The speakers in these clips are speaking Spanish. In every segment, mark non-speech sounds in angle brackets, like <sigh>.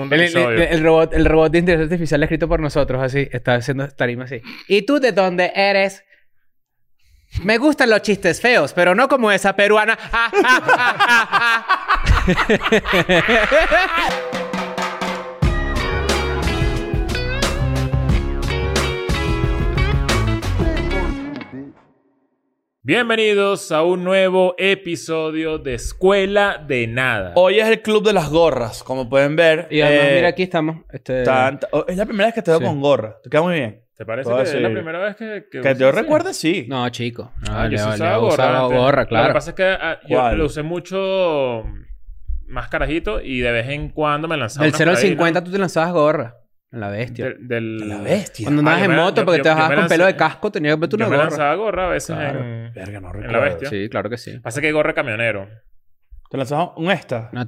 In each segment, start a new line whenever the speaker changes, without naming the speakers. un
El, el-
episodio.
el robot, el robot de inteligencia artificial escrito por nosotros, así, está haciendo tarima así. ¿Y tú de dónde eres? Me gustan los chistes feos, pero no como esa peruana. Ah, ah, ah, ah, ah.
Bienvenidos a un nuevo episodio de Escuela de Nada.
Hoy es el club de las gorras, como pueden ver.
Y además,
Eh,
mira, aquí estamos. Este,
tan- oh, es la primera vez que te veo
Sí.
con gorra. Te queda muy bien.
¿Te parece
Todo
que
así.
es la primera vez que...
Que yo recuerde, sí.
No, chico. No,
Ah, yo
le-
sí
le
usaba
he
gorra.
usado
antes.
gorra,
Lo que
claro.
pasa es que ah, yo
¿Cuál?
lo usé mucho más carajito y de vez en cuando me lanzaba
Del
unas
0 al
caídas.
50 tú te lanzabas gorra. En la bestia.
Del- del-
La bestia.
Cuando
Ah,
andabas
yo
en
me-
moto
yo-
porque
yo-
te
yo
bajabas
me
con
lancé-
pelo de casco, tenías que ponerte
Yo
una
me
gorra.
lanzaba gorra a veces
Claro.
en...
Verga, no
la
recuerdo.
bestia.
Sí, claro que sí.
Pasa que gorra camionero.
Te lanzamos un esta.
Una-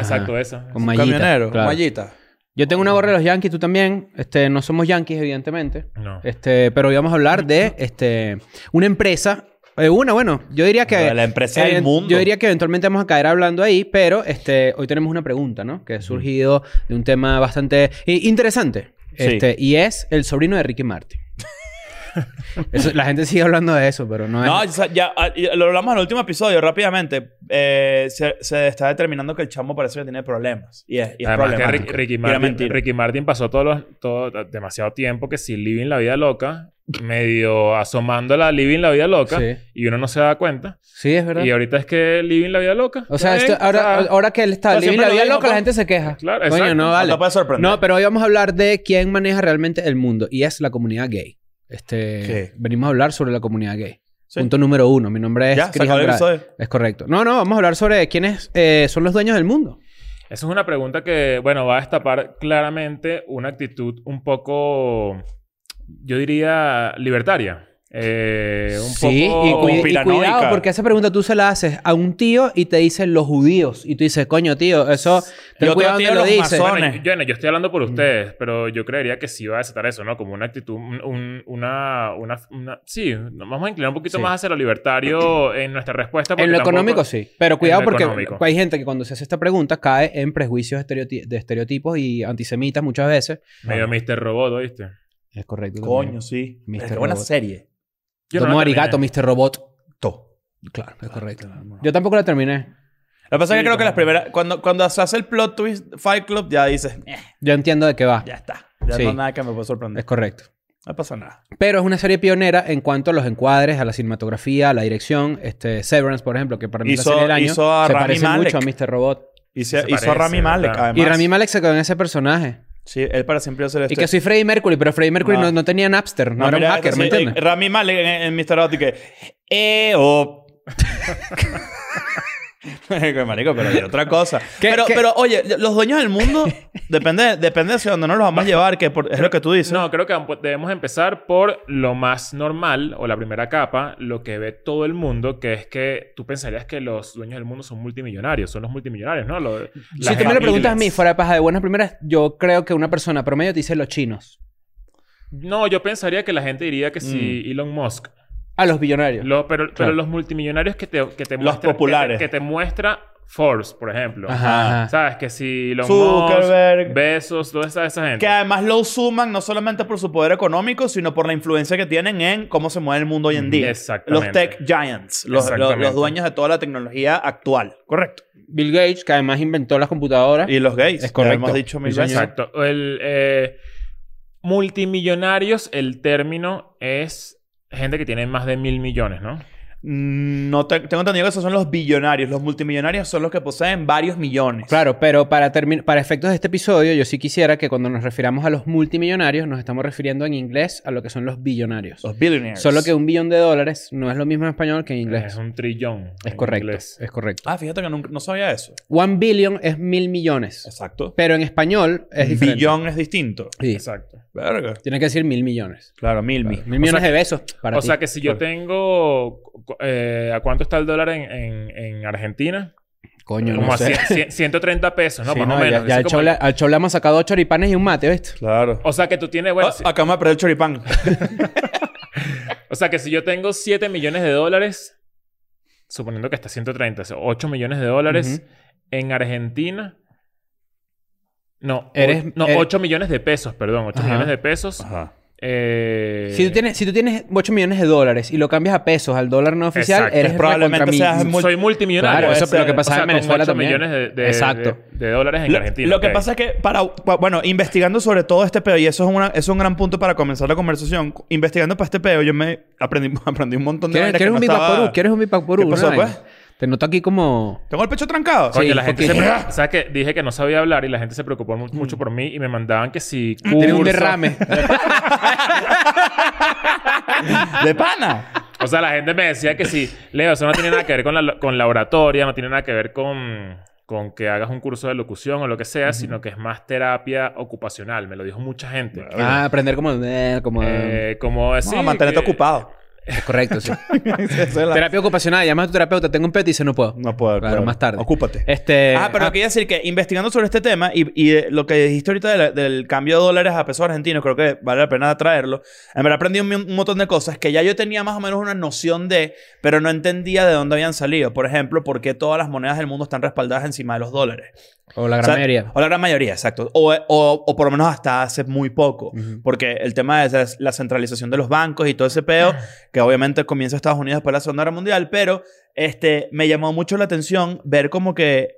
Ajá.
exacto, esa.
con mallita.
Camionero.
claro.
Mallita.
Yo tengo una gorra de los Yankees, tú también. Este, no somos Yankees, evidentemente.
No.
Este, pero hoy vamos a hablar de este, una empresa. eh, una, bueno, yo diría que.
De la empresa del
event-
mundo.
Yo diría que eventualmente vamos a caer hablando ahí, pero este, hoy tenemos una pregunta, ¿no? Que ha surgido de un tema bastante eh, interesante.
Sí.
Este, Y es el sobrino de Ricky
<laughs>
Martin. Eso- la gente sigue hablando de eso, pero no es.
No, o sea, ya, ah, y lo hablamos en el último episodio rápidamente. Eh, se, se está determinando que el chamo parece que tiene problemas. Y es, y es
Además que Rick-
problemático.
Ricky
Y era
Martin,
mentira.
Ricky Martin pasó todo, los- todo demasiado tiempo que si Living la Vida Loca, medio asomando la Living la Vida Loca,
Sí.
y uno no se da cuenta.
sí, es verdad.
Y ahorita es que Living la Vida Loca.
O sea,
¿eh?
esto- ahora,
O sea,
ahora que él está
o sea,
living
siempre
la
lo
vida
digo,
loca,
¿no?
la gente se queja.
Claro,
Coño,
exacto.
no
No
vale.
te puede sorprender.
No, pero hoy vamos a hablar de quién maneja realmente el mundo y es la comunidad gay. Este,
Sí.
Venimos a hablar sobre la comunidad gay.
Sí.
Punto número uno. Mi nombre es
Ya, se
Chris
acabó el
Andrade.
episodio.
Es correcto. No, no, vamos a hablar sobre quiénes eh, son los dueños del mundo.
Esa es una pregunta que, bueno, va a destapar claramente una actitud un poco, yo diría, libertaria. Eh, un
sí, y
poco...
cui- y,
conspiranoica.
cuidado, porque esa pregunta tú se la haces a un tío y te dicen los judíos. Y tú dices, coño, tío, eso. Ten
otro
cuidado
tío,
donde lo
los
dices.
masones.
Bueno, yo, bueno, yo estoy hablando por ustedes, pero yo creería que sí va a desatar eso, ¿no? Como una actitud, un- un- una, una, una- Sí, nos vamos a inclinar un poquito
Sí.
más hacia lo libertario en nuestra respuesta.
En lo
porque tampoco-
económico sí, pero
en
cuidado
lo
porque
económico.
hay gente que cuando se hace esta pregunta cae en prejuicios estereoti- de estereotipos y antisemitas muchas veces.
Medio Mr. Robot, ¿oíste?
Es correcto.
Coño, sí.
Mr.
Es que buena
Robot.
serie.
Yo no
Tomo
la
arigato,
terminé.
Mr. Robot.
Todo.
Claro, es correcto.
claro, no.
Yo tampoco la terminé.
Lo que pasa
Sí,
es que creo que
como-
las primeras... Cuando, cuando se hace el plot twist Fight Club, ya dices... "Eh,
Yo entiendo de qué va.
ya está. Ya
Sí.
no hay nada que me puede
Es
sorprender.
correcto.
No pasa nada.
Pero es una serie pionera en cuanto a los encuadres, a la cinematografía, a la dirección. Este, Severance, por ejemplo, que para mí es
Hizo-
la serie del año.
hizo a
se
Rami
parece
Malek.
mucho a Mr. Robot.
Y
Se
se, hizo
parece,
a Rami Malek,
¿verdad?
además.
Y Rami Malek se quedó en ese personaje.
Sí, él para siempre iba a ser
Y
este.
que soy Freddie Mercury, pero Freddie Mercury no,
No.
no tenía Napster, no, era
mira,
un hacker,
sí,
¿me entiendes?
eh, Rami Malek en, en Mr. Robot y que... Eh, <laughs> o... Marico, Marico, pero hay otra cosa.
<laughs> ¿Qué-
pero,
qué?
pero, oye, los dueños del mundo
<laughs>
depende, depende de hacia dónde nos los vamos a llevar, que por- es lo que tú dices.
No, creo que am- debemos empezar por lo más normal o la primera capa, lo que ve todo el mundo, que es que tú pensarías que los dueños del mundo son multimillonarios, son los multimillonarios, ¿no? Lo-
Si
las
tú me lo
familias.
preguntas a mí, fuera de paja de buenas primeras, yo creo que una persona promedio te dice los chinos.
No, yo pensaría que la gente diría que sí,
Mm.
Elon Musk.
A los billonarios.
Lo- pero, pero
Claro.
los multimillonarios que te, que te
Los
muestra-
populares.
Que te, que te muestra Forbes, por ejemplo.
Ajá, ajá.
¿Sabes? Que si los
Zuckerberg.
Besos, toda esa, esa gente.
Que además lo suman no solamente por su poder económico, sino por la influencia que tienen en cómo se mueve el mundo hoy en día.
Exactamente.
Los tech giants, los, los-
Exactamente.
los dueños de toda la tecnología actual. Correcto.
Bill Gates, que además inventó las computadoras.
Y los gays.
Es correcto.
Ya hemos dicho mil
Sí, señor.
veces.
Exacto. El, eh, multimillonarios, el término es gente que tiene más de mil millones, ¿no?
Mm, No te- tengo entendido que esos son los billonarios. Los multimillonarios son los que poseen varios millones.
Claro, pero para, termi- para efectos de este episodio, yo sí quisiera que cuando nos refiramos a los multimillonarios, nos estamos refiriendo en inglés a lo que son los billonarios.
Los billionaires.
Solo que un billón de dólares no es lo mismo en español que en inglés.
Es un trillón.
Es
en
correcto,
inglés.
es correcto.
Ah, fíjate que nunca- no sabía eso.
One billion es mil millones,
Exacto.
pero en español es
Un
diferente.
billón es distinto.
Sí,
Exacto.
Verga.
tiene que decir mil millones.
Claro, mil,
Mil
mil.
millones de besos para
o
ti.
sea que si yo
Claro.
tengo... cu- eh, ¿A cuánto está el dólar en, en- en Argentina?
Coño,
como
no
a
sé.
cien- cien- 130 pesos, ¿no?
Sí,
Más
no,
o
ya-
menos.
Ya,
Así
al,
como-
chole, al chole hemos sacado ocho choripanes y un mate, ¿viste?
Claro.
O sea que tú tienes... Bueno,
Ah,
si-
acá me aprendí el choripán.
O sea que si yo tengo 7 millones de dólares, suponiendo que está 130, o sea, 8 millones de dólares en Argentina, No,
Eres-
o- no
eres-
8 millones de pesos, perdón. 8
Ajá.
millones de pesos.
Ajá.
Eh,
Si tú, tienes, si tú tienes 8 millones de dólares y lo cambias a pesos al dólar no oficial,
Exacto.
eres
Es probablemente
recontra
seas
mil-
muy-
Soy multimillonario.
Claro,
puede
eso es lo
ser.
que pasaba
o sea,
en Venezuela
con 8
también.
millones de, de-
Exacto.
de- de dólares en
Lo,
Argentina.
lo que
ok.
pasa es que para... pa- Bueno, investigando sobre todo este peo, y eso es, una- es un gran punto para comenzar la conversación. Investigando para este peo, yo me aprendí, <laughs> aprendí un montón de
¿Quieres,
vainas
quieres
que
un
no estaba-
Bipaporú? ¿Quieres un Bipaporú?
¿Qué pasó,
Una vaina.
pues?
Te noto aquí como...
Tengo el pecho trancado.
Coño,
Sí,
la gente
porque-
<laughs> se... ¿Sabes que Dije que no sabía hablar y la gente se preocupó mu- mucho por mí y me mandaban que si...
Tienes Mm. un
cursos.
<laughs>
derrame.
De pana.
O sea, la gente me decía que si... Leo, eso no tiene nada que ver con la, con la oratoria, no tiene nada que ver con, con que hagas un curso de locución o lo que sea, sino que es más terapia ocupacional. Me lo dijo mucha gente.
ah, aprender como... eh, como
Eh, como decir...
No, mantenerte
que-
ocupado. <laughs>
es correcto, sí.
Esa es la-
Terapia ocupacional. Llamas a tu terapeuta. Tengo un pet y dice no puedo.
No puedo.
Claro, más tarde.
Ocúpate.
Este...
ah, pero quería decir que investigando sobre este tema y, y de lo que dijiste ahorita de la- del cambio de dólares a pesos argentinos, creo que vale la pena traerlo. En verdad aprendí un, un montón de cosas que ya yo tenía más o menos una noción de, pero no entendía de dónde habían salido. Por ejemplo, por qué todas las monedas del mundo están respaldadas encima de los dólares.
O la
O sea,
gran mayoría.
O la gran mayoría, exacto. O, o- o por lo menos hasta hace muy poco.
Ujú.
Porque el tema es la- la centralización de los bancos y todo ese peo,
Ah.
que obviamente comienza en Estados Unidos después de la Segunda Guerra Mundial, pero este, me llamó mucho la atención ver como que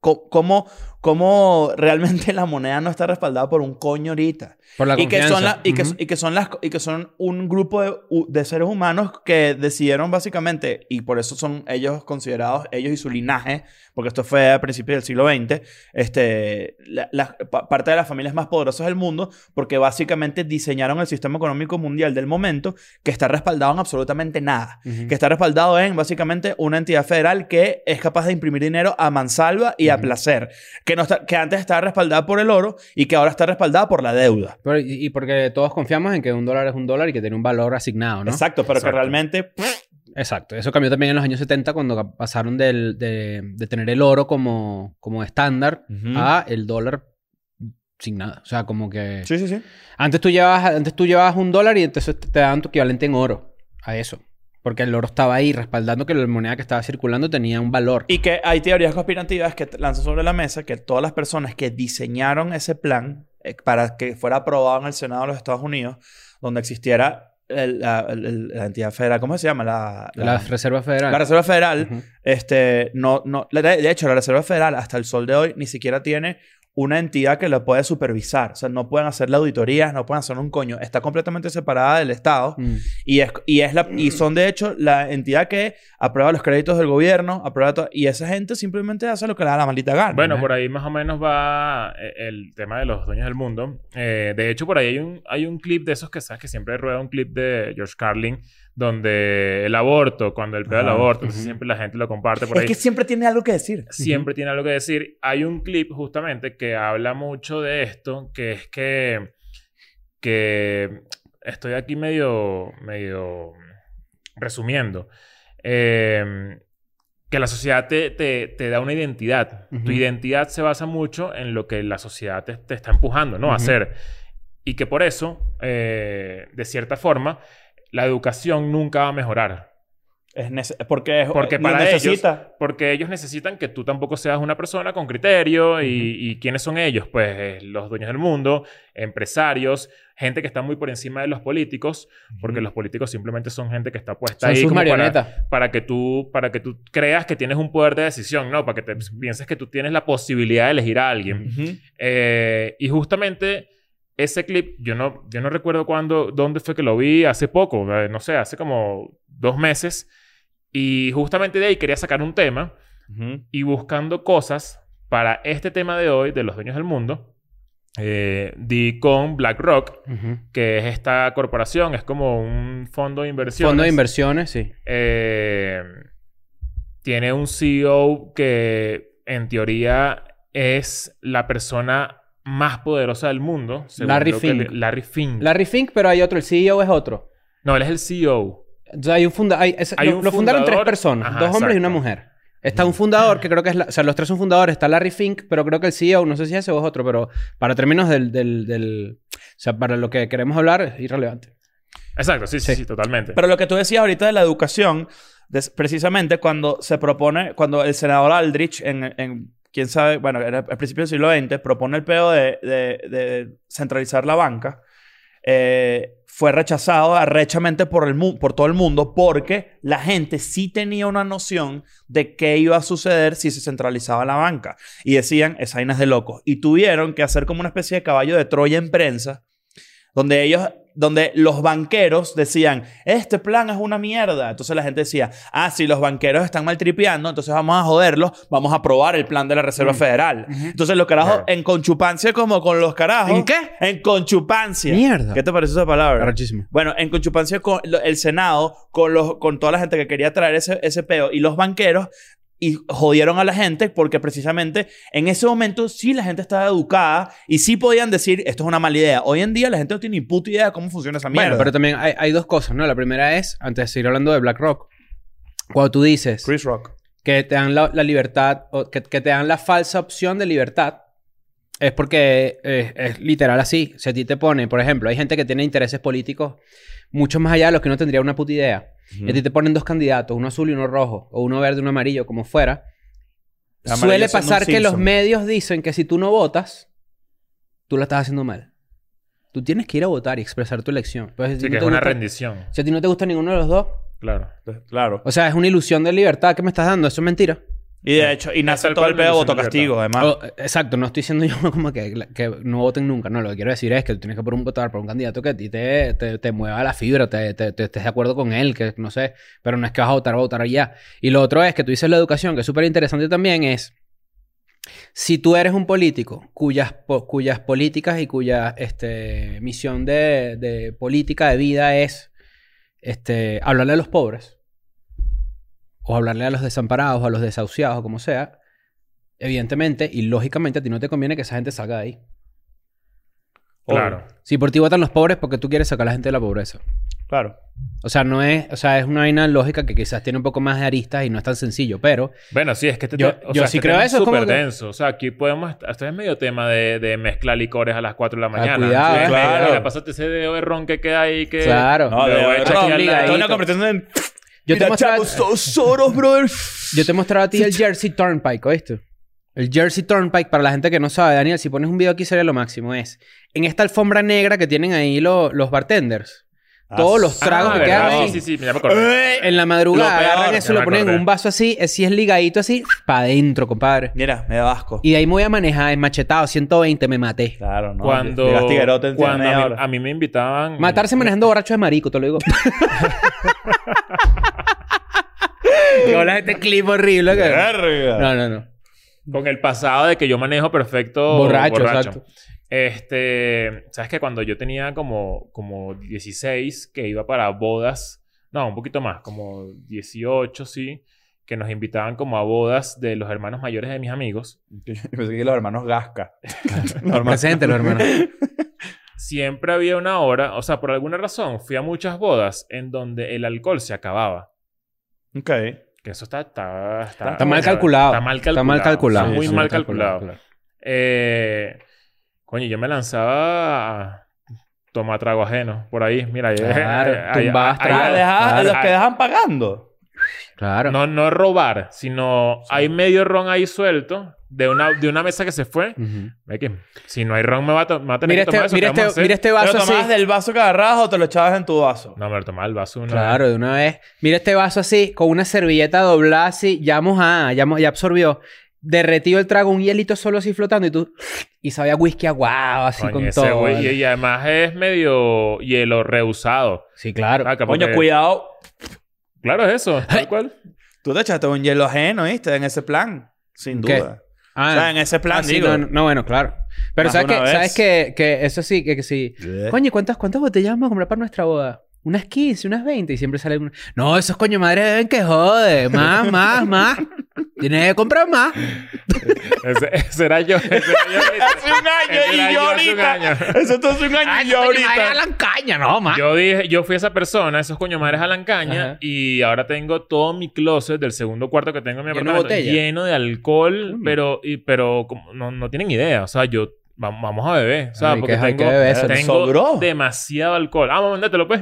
co- cómo, cómo realmente <laughs> la moneda no está respaldada por un coño ahorita.
Por la
Y que, son
confianza.
la- y, que,
Ujú.
y que son las y que son un grupo de, u- de seres humanos que decidieron básicamente y por eso son ellos considerados ellos y su linaje porque esto fue a principios del siglo XX este la- la- pa- parte de las familias más poderosas del mundo porque básicamente diseñaron el sistema económico mundial del momento que está respaldado en absolutamente nada
Ujú.
que está respaldado en básicamente una entidad federal que es capaz de imprimir dinero a mansalva y a placer que no está, que antes estaba respaldada por el oro y que ahora está respaldada por la deuda
Pero- y y porque todos confiamos en que un dólar es un dólar y que tiene un valor asignado, ¿no?
Exacto, pero que
Exacto.
realmente
Exacto. Eso cambió también en los años 70 cuando ca- pasaron del- de, de tener el oro como, como estándar
Ujú.
a el dólar sin nada. O sea, como que...
Sí, sí, sí.
Antes, tú llevabas, antes tú llevabas un dólar y entonces te te daban tu equivalente en oro a eso. Porque el oro estaba ahí respaldando que la moneda que estaba circulando tenía un valor.
Y que hay teorías conspirativas que t- lanzan sobre la mesa que todas las personas que diseñaron ese plan eh, para que fuera aprobado en el Senado de los Estados Unidos, donde existiera el- la, el- el- la entidad federal, ¿cómo se llama? La, la-
la Reserva Federal.
la Reserva Federal,
Ujú.
este, no, no, la- de de hecho, la Reserva Federal hasta el sol de hoy ni siquiera tiene una entidad que la pueda supervisar. O sea, no pueden hacer la auditoría, no pueden hacer un coño. Está completamente separada del Estado.
Mm.
Y, es, y, es la, y son de hecho la entidad que aprueba los créditos del gobierno, aprueba to- y esa gente simplemente hace lo que le da la maldita gana.
Bueno, por ahí más o menos va eh, el tema de los dueños del mundo. Eh, de hecho, por ahí hay un, hay un clip de esos que sabes que siempre rueda un clip de George Carlin donde el aborto, cuando el pedo del
Ajá.
aborto, entonces
Ujú.
siempre la gente lo comparte por
es
ahí.
que siempre tiene algo que decir.
Siempre tiene algo que decir. Hay un clip justamente que habla mucho de esto, que es que, que estoy aquí medio, medio resumiendo. Eh, que la sociedad te, te- te da una identidad.
Ujú.
Tu identidad se basa mucho en lo que la sociedad te, te está empujando, ¿no?
Ujú.
A hacer. Y que por eso, eh, de cierta forma, la educación nunca va a mejorar.
Es nece- porque es- eh,
Porque
lo
para
necesita.
Porque ellos necesitan que tú tampoco seas una persona con criterio y, y quiénes son ellos, pues eh, los dueños del mundo, empresarios, gente que está muy por encima de los políticos, porque los políticos simplemente son gente que está puesta
Son
ahí
sus
como para,
marionetas.
para que tú para que tú creas que tienes un poder de decisión, no, para que te pienses que tú tienes la posibilidad de elegir a alguien.
Ujú.
Eh, y justamente ese clip, yo no, yo no recuerdo cuándo, dónde fue que lo vi, hace poco, eh, no sé, hace como dos meses. Y justamente de ahí quería sacar un tema
Ujú.
y buscando cosas para este tema de hoy de los dueños del mundo. eh, di con BlackRock,
Ujú.
que es esta corporación, es como un fondo de inversión.
Fondo de inversiones, sí.
Eh, tiene un CEO que en teoría es la persona más poderosa del mundo. según
Larry
lo que le-
Fink.
Larry Fink.
Larry Fink, pero hay otro. El CEO es otro.
No, él es el E CEO.
Entonces hay un funda hay- es-
Hay
lo,
un
lo fundaron tres
fundador.
personas,
Ajá,
dos hombres y una
exacto. Mm.
mujer. Está un fundador que creo que es, la- o sea, los tres son fundadores. Está Larry Fink, pero creo que el CEO, no sé si ese o es otro, pero para términos del, del, del- o sea, para lo que queremos hablar es irrelevante.
Exacto, sí, sí,
Sí.
sí, totalmente.
Pero lo que tú decías ahorita de la educación, des- precisamente cuando se propone, cuando el senador Aldrich en, en quién sabe, bueno, era al principio del siglo XX, propone el pedo de, de- de centralizar la banca. Eh, fue rechazado arrechamente por, el mu- por todo el mundo porque la gente sí tenía una noción de qué iba a suceder si se centralizaba la banca. Y decían, esa vaina es de locos. Y tuvieron que hacer como una especie de caballo de Troya en prensa, donde ellos, donde los banqueros decían, este plan es una mierda. Entonces la gente decía, ah, si los banqueros están maltripeando, entonces vamos a joderlos, vamos a aprobar el plan de la Reserva
Mm.
Federal. Entonces los carajos,
Claro.
en conchupancia como con los carajos.
¿En qué?
En conchupancia.
Mierda.
¿Qué te parece esa palabra?
Arrechísimo.
Bueno, en conchupancia con lo- el Senado, con, los, con toda la gente que quería traer ese, ese peo y los banqueros, y jodieron a la gente porque precisamente en ese momento sí la gente estaba educada y sí podían decir, esto es una mala idea. Hoy en día la gente no tiene ni puta idea de cómo funciona esa mierda.
Bueno, pero también hay, hay dos cosas, ¿no? La primera es, antes de seguir hablando de BlackRock, cuando tú dices
Chris Rock.
que te dan la, la libertad, o que, que te dan la falsa opción de libertad, es porque eh, es literal así. Si a ti te ponen, por ejemplo, hay gente que tiene intereses políticos mucho más allá de los que no tendría una puta idea. Y a ti te ponen dos candidatos, uno azul y uno rojo, o uno verde y uno amarillo, como fuera.
Amarillo
Suele
siendo un
pasar que los
Simpson.
medios dicen que si tú no votas, tú lo estás haciendo mal. Tú tienes que ir a votar y expresar tu elección. Pero si a ti
Sí,
no
que es
te
una
gusta-
rendición.
si a ti no te gusta ninguno de los dos,
Claro.
Claro.
o sea, es una ilusión de libertad que me estás dando. Eso es mentira.
Y de hecho, y nace
tal
todo el
cual
pedo de
la
voto
libertad.
castigo, además.
Oh, exacto, no estoy diciendo <laughs> yo como que, que no voten nunca. No, lo que quiero decir es que tú tienes que por un- votar por un candidato que a ti te, te, te mueva la fibra, te, te- te estés de acuerdo con él, que no sé, pero no es que vas a votar, vas a votar ya. Y lo otro es que tú dices la educación, que es súper interesante también, es si tú eres un político cuyas, po- cuyas políticas y cuya este, misión de, de política de vida es este, hablarle a los pobres, o hablarle a los desamparados, o a los desahuciados, o como sea, evidentemente y lógicamente a ti no te conviene que esa gente salga de ahí.
Claro.
Si por ti votan los pobres, porque tú quieres sacar a la gente de la pobreza.
Claro.
O sea, no es, o sea, es una vaina lógica que quizás tiene un poco más de aristas y no es tan sencillo, pero
Bueno, sí, es que este
Yo-
te-
yo sí creo
tema
eso, es
Es
como
súper
que-
denso. O sea, aquí podemos... Esto es medio tema de, de mezclar licores a las 4 de la mañana.
Ah, cuidado,
Sí,
claro.
mira, pásate ese dedo de ron que queda ahí que...
claro.
No,
Lo
de
voy a
verdad.
chequear al
Toda
ladito.
una conversación en...
Yo te, he
ah, Mira,
mostrado-
chavos, todos soros, brother.
yo te he mostrado a ti el Jersey Turnpike, ¿oíste? El Jersey Turnpike, para la gente que no sabe, Daniel, si pones un video aquí sería lo máximo, es en esta alfombra negra que tienen ahí lo- los bartenders. Todos los
Ah,
tragos que
¿verdad?
quedan ahí.
Sí, sí, sí. Mira, me acordé.
En la madrugada
Lo peor,
agarran eso,
ya
lo
me
ponen en
acordé.
un vaso así, eh, si es ligadito así, para adentro, compadre.
Mira, me da asco.
Y de ahí me voy a manejar, en machetado, 120, me maté.
Claro, no.
Cuando...
Llegaste y garote en
cuando a,
media
mí,
hora.
a mí me invitaban...
Matarse manejando borracho de marico, te lo
<laughs>
digo. Qué bolas este clip horrible. Que...
Verga.
No, no, no.
Con el pasado de que yo manejo perfecto
Borracho,
borracho.
exacto.
Este, sabes que cuando yo tenía como, como 16, que iba para bodas, no, un poquito más, como 18, sí, que nos invitaban como a bodas de los hermanos mayores de mis amigos,
Yo <laughs> pensé que los hermanos <laughs> Gasca. los hermanos-
Preséntelo,
<laughs>
hermano.
siempre había una hora, o sea, por alguna razón fui a muchas bodas en donde el alcohol se acababa.
Ok.
Que eso está, está,
Está mal calculado.
Está mal calculado.
Está mal calculado.
Está muy
Sí,
mal calculado. Eh, coño, yo me lanzaba a tomar trago ajeno por ahí. Mira,
Claro, tumbabas
<laughs> ahí-
trago.
Ah,
ahí-
deja-
claro.
los que dejan pagando.
Claro.
no, no robar, sino hay medio ron ahí suelto de una, de una mesa que se fue.
Ujú.
este,
Ve que Si no hay ron, me va a, to- me va a tener
Mira
que tomar
este,
eso.
mira,
¿qué vamos a
este,
hacer?
mira este
¿Te lo
vaso
tomabas
así.
del vaso que agarras o te lo echabas en tu vaso?
No, me lo tomaba el vaso. de Una
Claro, de una vez. Mira este vaso así, con una servilleta doblada así. Ya mojada, ya, mo- ya absorbió. Derretido el trago, un hielito solo así flotando y tú... Y sabía whisky aguado, así
Coño,
con
ese
todo.
güey- y, y además es medio hielo rehusado.
Sí, claro.
Ah, capaz
Coño,
que-
cuidado.
Claro, es eso. Tal cual.
Tú te echaste un hielo ajeno, ¿viste? En ese plan. Sin
¿Qué?
duda.
Ah,
O sea, en ese plan,
Ah, sí,
digo.
no, no, no, bueno, claro. Pero
Más
sabes
de
que,
una
sabes
vez.
que, que eso sí, que, que sí.
¿Eh?
Coño, ¿y ¿cuántas, ¿cuántas botellas vamos a comprar para nuestra boda? Unas 15, unas 20 y siempre sale una. No, esos coño madre deben que jode. Más, más, más. Tienes que comprar más.
<laughs> Ese, ese era yo. Ese era
<laughs>
yo ahorita.
Hace un año
Ese era
y yo
hace un
ahorita.
año.
Eso todo hace un año y yo ahorita.
la caña, no, más.
Yo dije, yo fui esa persona, esos coño madres a la caña,
Ajá.
y ahora tengo todo mi closet del segundo cuarto que tengo en mi
Lleno de
apartamento
botella.
lleno de alcohol,
Mm.
pero, y- pero como- no, no tienen idea. O sea, yo va- vamos a beber. O sea,
Ay,
porque
que- ay, que
tengo,
bebé eso,
tengo
sobró.
demasiado alcohol. Ah, vamos, mándatelo, pues.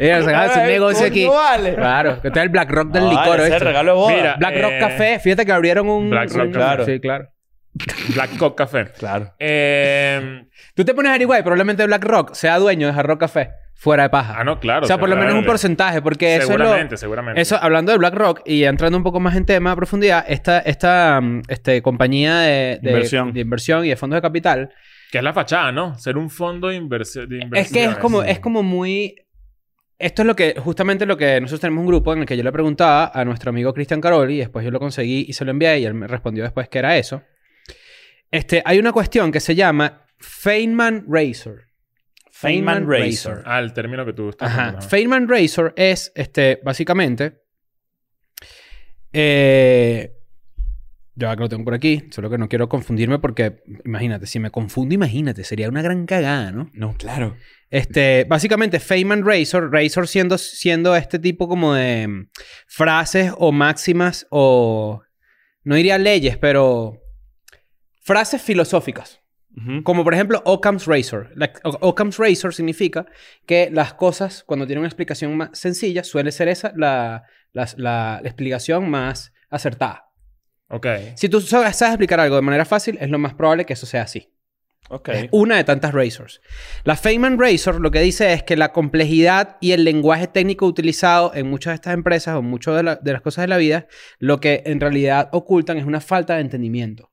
Ellos sacaban su
Ay,
negocio
coño,
aquí.
vale.
Claro, que está el Black Rock del
Ay,
licor.
ese
esto.
regalo de boda.
Mira.
Black Rock
Eh,
Café. Fíjate que abrieron un...
Black Rock
un-
Café.
Sí, claro.
<laughs> Black Cock Café.
Claro.
Eh,
Tú te pones a averiguar y probablemente Black Rock sea dueño de Hard Rock Café. Fuera de paja.
ah, no, claro.
o sea, por lo menos un
seguramente.
porcentaje, porque eso es lo...
Seguramente, seguramente.
Eso, ah. hablando de BlackRock y entrando un poco más en tema a profundidad, esta, esta mm, este, compañía de, de-
Inversión.
de inversión y de fondos de capital,
Que es la fachada, ¿no? Ser un fondo de, inversión. de
es que es
inversiones.
como, es como muy... Esto es lo que, justamente lo que nosotros tenemos un grupo en el que yo le preguntaba a nuestro amigo Cristian Caroli, y después yo lo conseguí y se lo envié y él me respondió después que era eso. Este, hay una cuestión que se llama Feynman Razor.
Feynman
Razor.
Razor.
Ah, el término que tú estás
Ajá.
hablando.
Feynman Razor es, este, básicamente. eh, ya que lo tengo por aquí, solo que no quiero confundirme porque, imagínate, si me confundo, imagínate, sería una gran cagada, ¿no?
No, claro.
Este, básicamente, Feynman Razor, Razor siendo, siendo este tipo como de mm, frases o máximas o, no diría leyes, pero frases filosóficas.
Ujú.
Como por ejemplo Occam's Razor. La- O- Occam's Razor significa que las cosas, cuando tienen una explicación más sencilla, suele ser esa la, la- la explicación más acertada.
Ok.
Si tú sabes, sabes explicar algo de manera fácil, es lo más probable que eso sea así.
Ok.
Es una de tantas Razors. La Feynman Razor lo que dice es que la complejidad y el lenguaje técnico utilizado en muchas de estas empresas o en muchas de, la- de las cosas de la vida, lo que en realidad ocultan es una falta de entendimiento.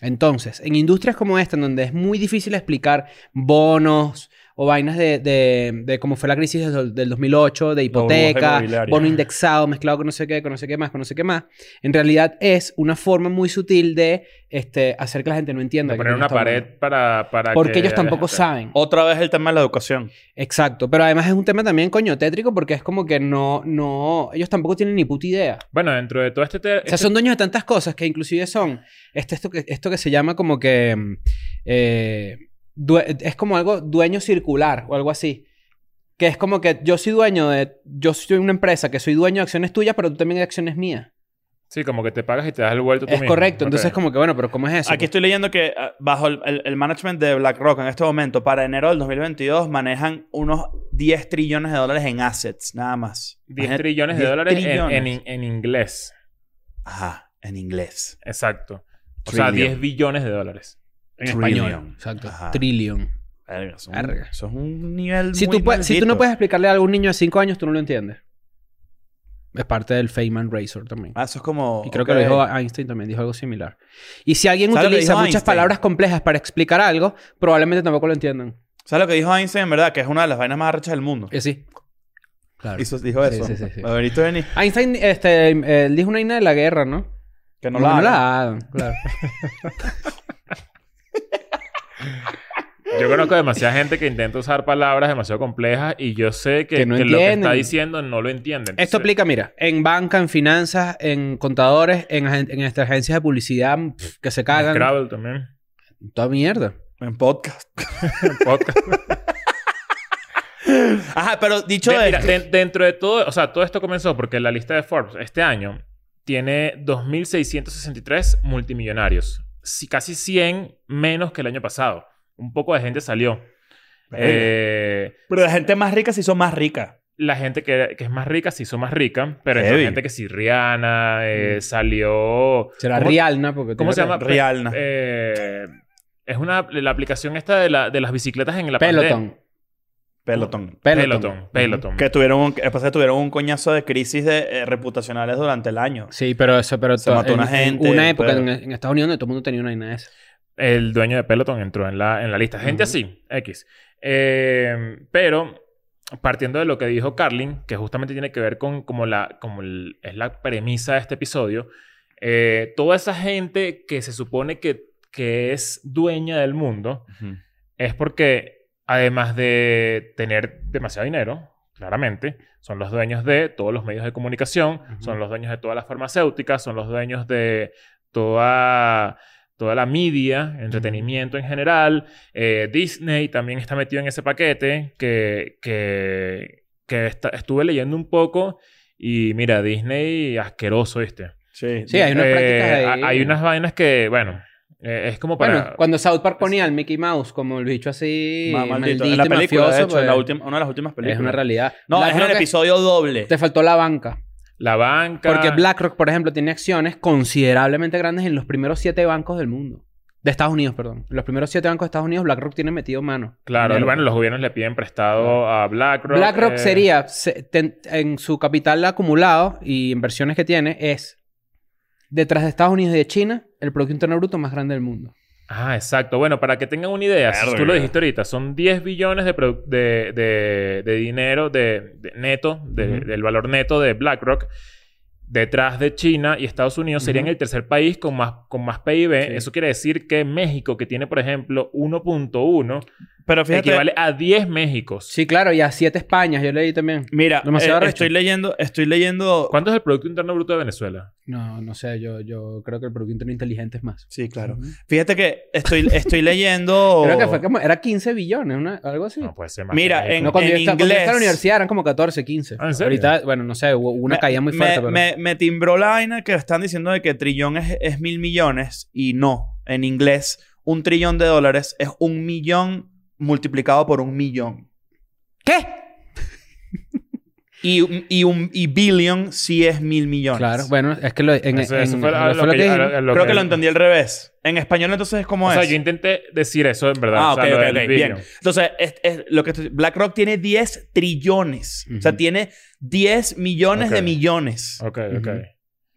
Entonces, en industrias como esta, en donde es muy difícil explicar bonos o vainas de, de- de cómo fue la crisis del, del 2008, de
burbuja
hipoteca,
inmobiliaria.
bono indexado, mezclado con no sé qué, con no sé qué más, con no sé qué más, en realidad es una forma muy sutil de este, hacer que la gente no entienda.
De
que
poner
coño
una
está hablando.
pared para, para
Porque
que
ellos tampoco
haya-
saben.
Otra vez el tema de la educación.
Exacto. Pero además es un tema también coño tétrico porque es como que no, no, ellos tampoco tienen ni puta idea.
Bueno, dentro de todo este... te-
O sea, son dueños de tantas cosas que inclusive son, este, esto, que, esto que se llama como que, mm, eh, due- es como algo dueño circular o algo así. Que es como que yo soy dueño de, yo soy una empresa que soy dueño de acciones tuyas, pero tú también de acciones mías.
Sí, como que te pagas y te das el vuelto tú
Es
mismo.
correcto. Entonces es
Ok.
como que, bueno, pero ¿cómo es eso? Pues,
Aquí estoy leyendo que ah, bajo el, el- el management de BlackRock en este momento, para enero del 2022, manejan unos 10 trillones de dólares en assets, nada más.
10
Imagínate,
trillones de
10
dólares en- En,
trillones.
in- en inglés.
Ajá, en inglés.
Exacto. O sea,
Trillion.
10 billones de dólares.
en
Trillion.
español. Exacto.
Ajá.
Trillion.
Verga, eso, es un,
Verga.
eso es un nivel
Si
muy
tú, pue- si tú no
maldito.
puedes explicarle algo a un niño de 5 años, tú no lo entiendes. Es parte del Feynman Razor también.
Ah, eso es como...
y creo
ok.
que lo dijo Einstein también, dijo algo similar. Y si alguien
¿Sabes lo que
utiliza
dijo
muchas
Einstein?
palabras complejas para explicar algo, probablemente tampoco lo entiendan.
¿Sabes lo que dijo Einstein, en verdad? Que es una de las vainas más arrechas del mundo.
Y así. Claro.
Hizo- dijo
Sí,
eso.
sí, sí, sí.
A ver, y tú, Denis,
Einstein este, él dijo una vaina de la guerra, ¿no?
Que no,
Como
la
que
hagan.
hagan,
<laughs>
claro.
Yo conozco demasiada gente que intenta usar palabras demasiado complejas y yo sé que,
Que no
que lo que está
entienden.
diciendo no lo entienden.
Esto
Entonces,
aplica, mira, en banca, en finanzas, en contadores, en, agen- en estas agencias de publicidad pff, que se cagan.
Scrabble también.
Toda mierda.
En podcast.
Podcast.
Ajá, pero dicho
De-
de,
mira,
esto-
de- dentro de todo, o sea, todo esto comenzó porque la lista de Forbes este año tiene 2.663 multimillonarios. Si- casi 100 menos que el año pasado. Un poco de gente salió. Eh,
Pero la gente más rica se hizo más rica.
la gente que, que es más rica se hizo más rica, pero es
Heavy.
gente que sí, Rihanna eh, salió.
Será
¿Cómo-
Rialna porque
¿Cómo
tiene
se llama? Pe-
Rihanna.
eh, es una, la aplicación esta de, la- de las bicicletas en la pandemia.
Peloton.
Pelotón.
Peloton. Peloton.
Que tuvieron un, después que tuvieron un coñazo de crisis de, eh, reputacionales durante el año.
Sí, pero eso, pero
Se
to-
mató
en-
una
en
gente,
una época
pero-
en, en Estados Unidos donde todo el mundo tenía una vaina de esa.
El dueño de Peloton entró en la, en la lista. Gente
Ujú.
así, X. Eh, pero partiendo de lo que dijo Carlin, que justamente tiene que ver con como la, como el- es la premisa de este episodio, eh, toda esa gente que se supone que, que es dueña del mundo es porque además de tener demasiado dinero, claramente, son los dueños de todos los medios de comunicación,
Ujú.
son los dueños de todas las farmacéuticas, son los dueños de toda, toda la media, entretenimiento en general. Eh, Disney también está metido en ese paquete que, que, que esta- estuve leyendo un poco y mira, Disney asqueroso este.
Sí.
Sí, hay unas
Eh,
prácticas ahí.
ha- Hay unas vainas que, bueno, Eh, es como para...
Bueno, cuando South Park ponía al Mickey Mouse como el bicho así
Ma- maldito.
maldito,
En la
y
película,
mafioso,
de hecho, en la
pues,
última- una de las últimas películas.
es una realidad.
No,
Black
es en el
Rock
episodio doble.
Te faltó la banca.
La banca...
Porque BlackRock, por ejemplo, tiene acciones considerablemente grandes en los primeros siete bancos del mundo. De Estados Unidos, perdón. Los primeros siete bancos de Estados Unidos, BlackRock tiene metido mano.
Claro,
Dinero.
bueno, los gobiernos le piden prestado a BlackRock.
BlackRock
eh,
sería, se- ten- en su capital acumulado y inversiones que tiene, es detrás de Estados Unidos y de China, el Producto Interno Bruto más grande del mundo.
Ah, exacto. Bueno, para que tengan una idea, si
Verga.
tú lo dijiste ahorita, son 10 billones de, produ- de, de- de dinero de, de neto, de-
Ujú.
del valor neto de BlackRock. Detrás de China y Estados Unidos serían
Ujú.
el tercer país con más, con más PIB.
Sí.
Eso quiere decir que México, que tiene, por ejemplo, 1.1,
Pero fíjate,
equivale a 10 Méxicos.
Sí, claro, y a siete Españas, yo leí también.
mira,
Demasiado
eh,
arrecho.
estoy leyendo, estoy leyendo...
¿Cuánto es el Producto Interno Bruto de Venezuela?
No, no sé, yo, yo creo que el Producto Interno Inteligente es más.
Sí, claro.
Ujú.
Fíjate que estoy,
<laughs>
estoy leyendo...
Creo que fue como, era 15 billones, una- algo así.
No puede ser más.
Mira,
que México.
en-
No, cuando, yo
en
estaba, cuando yo estaba en la
inglés.
universidad eran como 14, 15.
Ah, ¿en serio?
Ahorita, bueno, no sé, hubo una
Me-
caída muy fuerte.
me,
pero...
me- me timbró la vaina que están diciendo de que trillón es, es mil millones y no. En inglés, un trillón de dólares es un millón multiplicado por un millón.
¿Qué?
Y, y, un, y billion sí es mil millones.
Claro, bueno, es que lo, en,
Eso-
en-
eso fue
lo-
a
fue
lo
lo
que-
que
a
dijimos.
lo- a lo
Creo
que-
que lo entendí al revés. En español entonces es como
O
es.
sea, yo intenté decir eso en verdad.
Ah,
o
ok,
sea, lo
ok,
del
ok.
billón.
Bien. Entonces, es, es lo que estoy- BlackRock tiene 10 trillones. O sea,
Ujú.
tiene 10 millones
Ok.
de millones.
Ok, ok.
Ujú.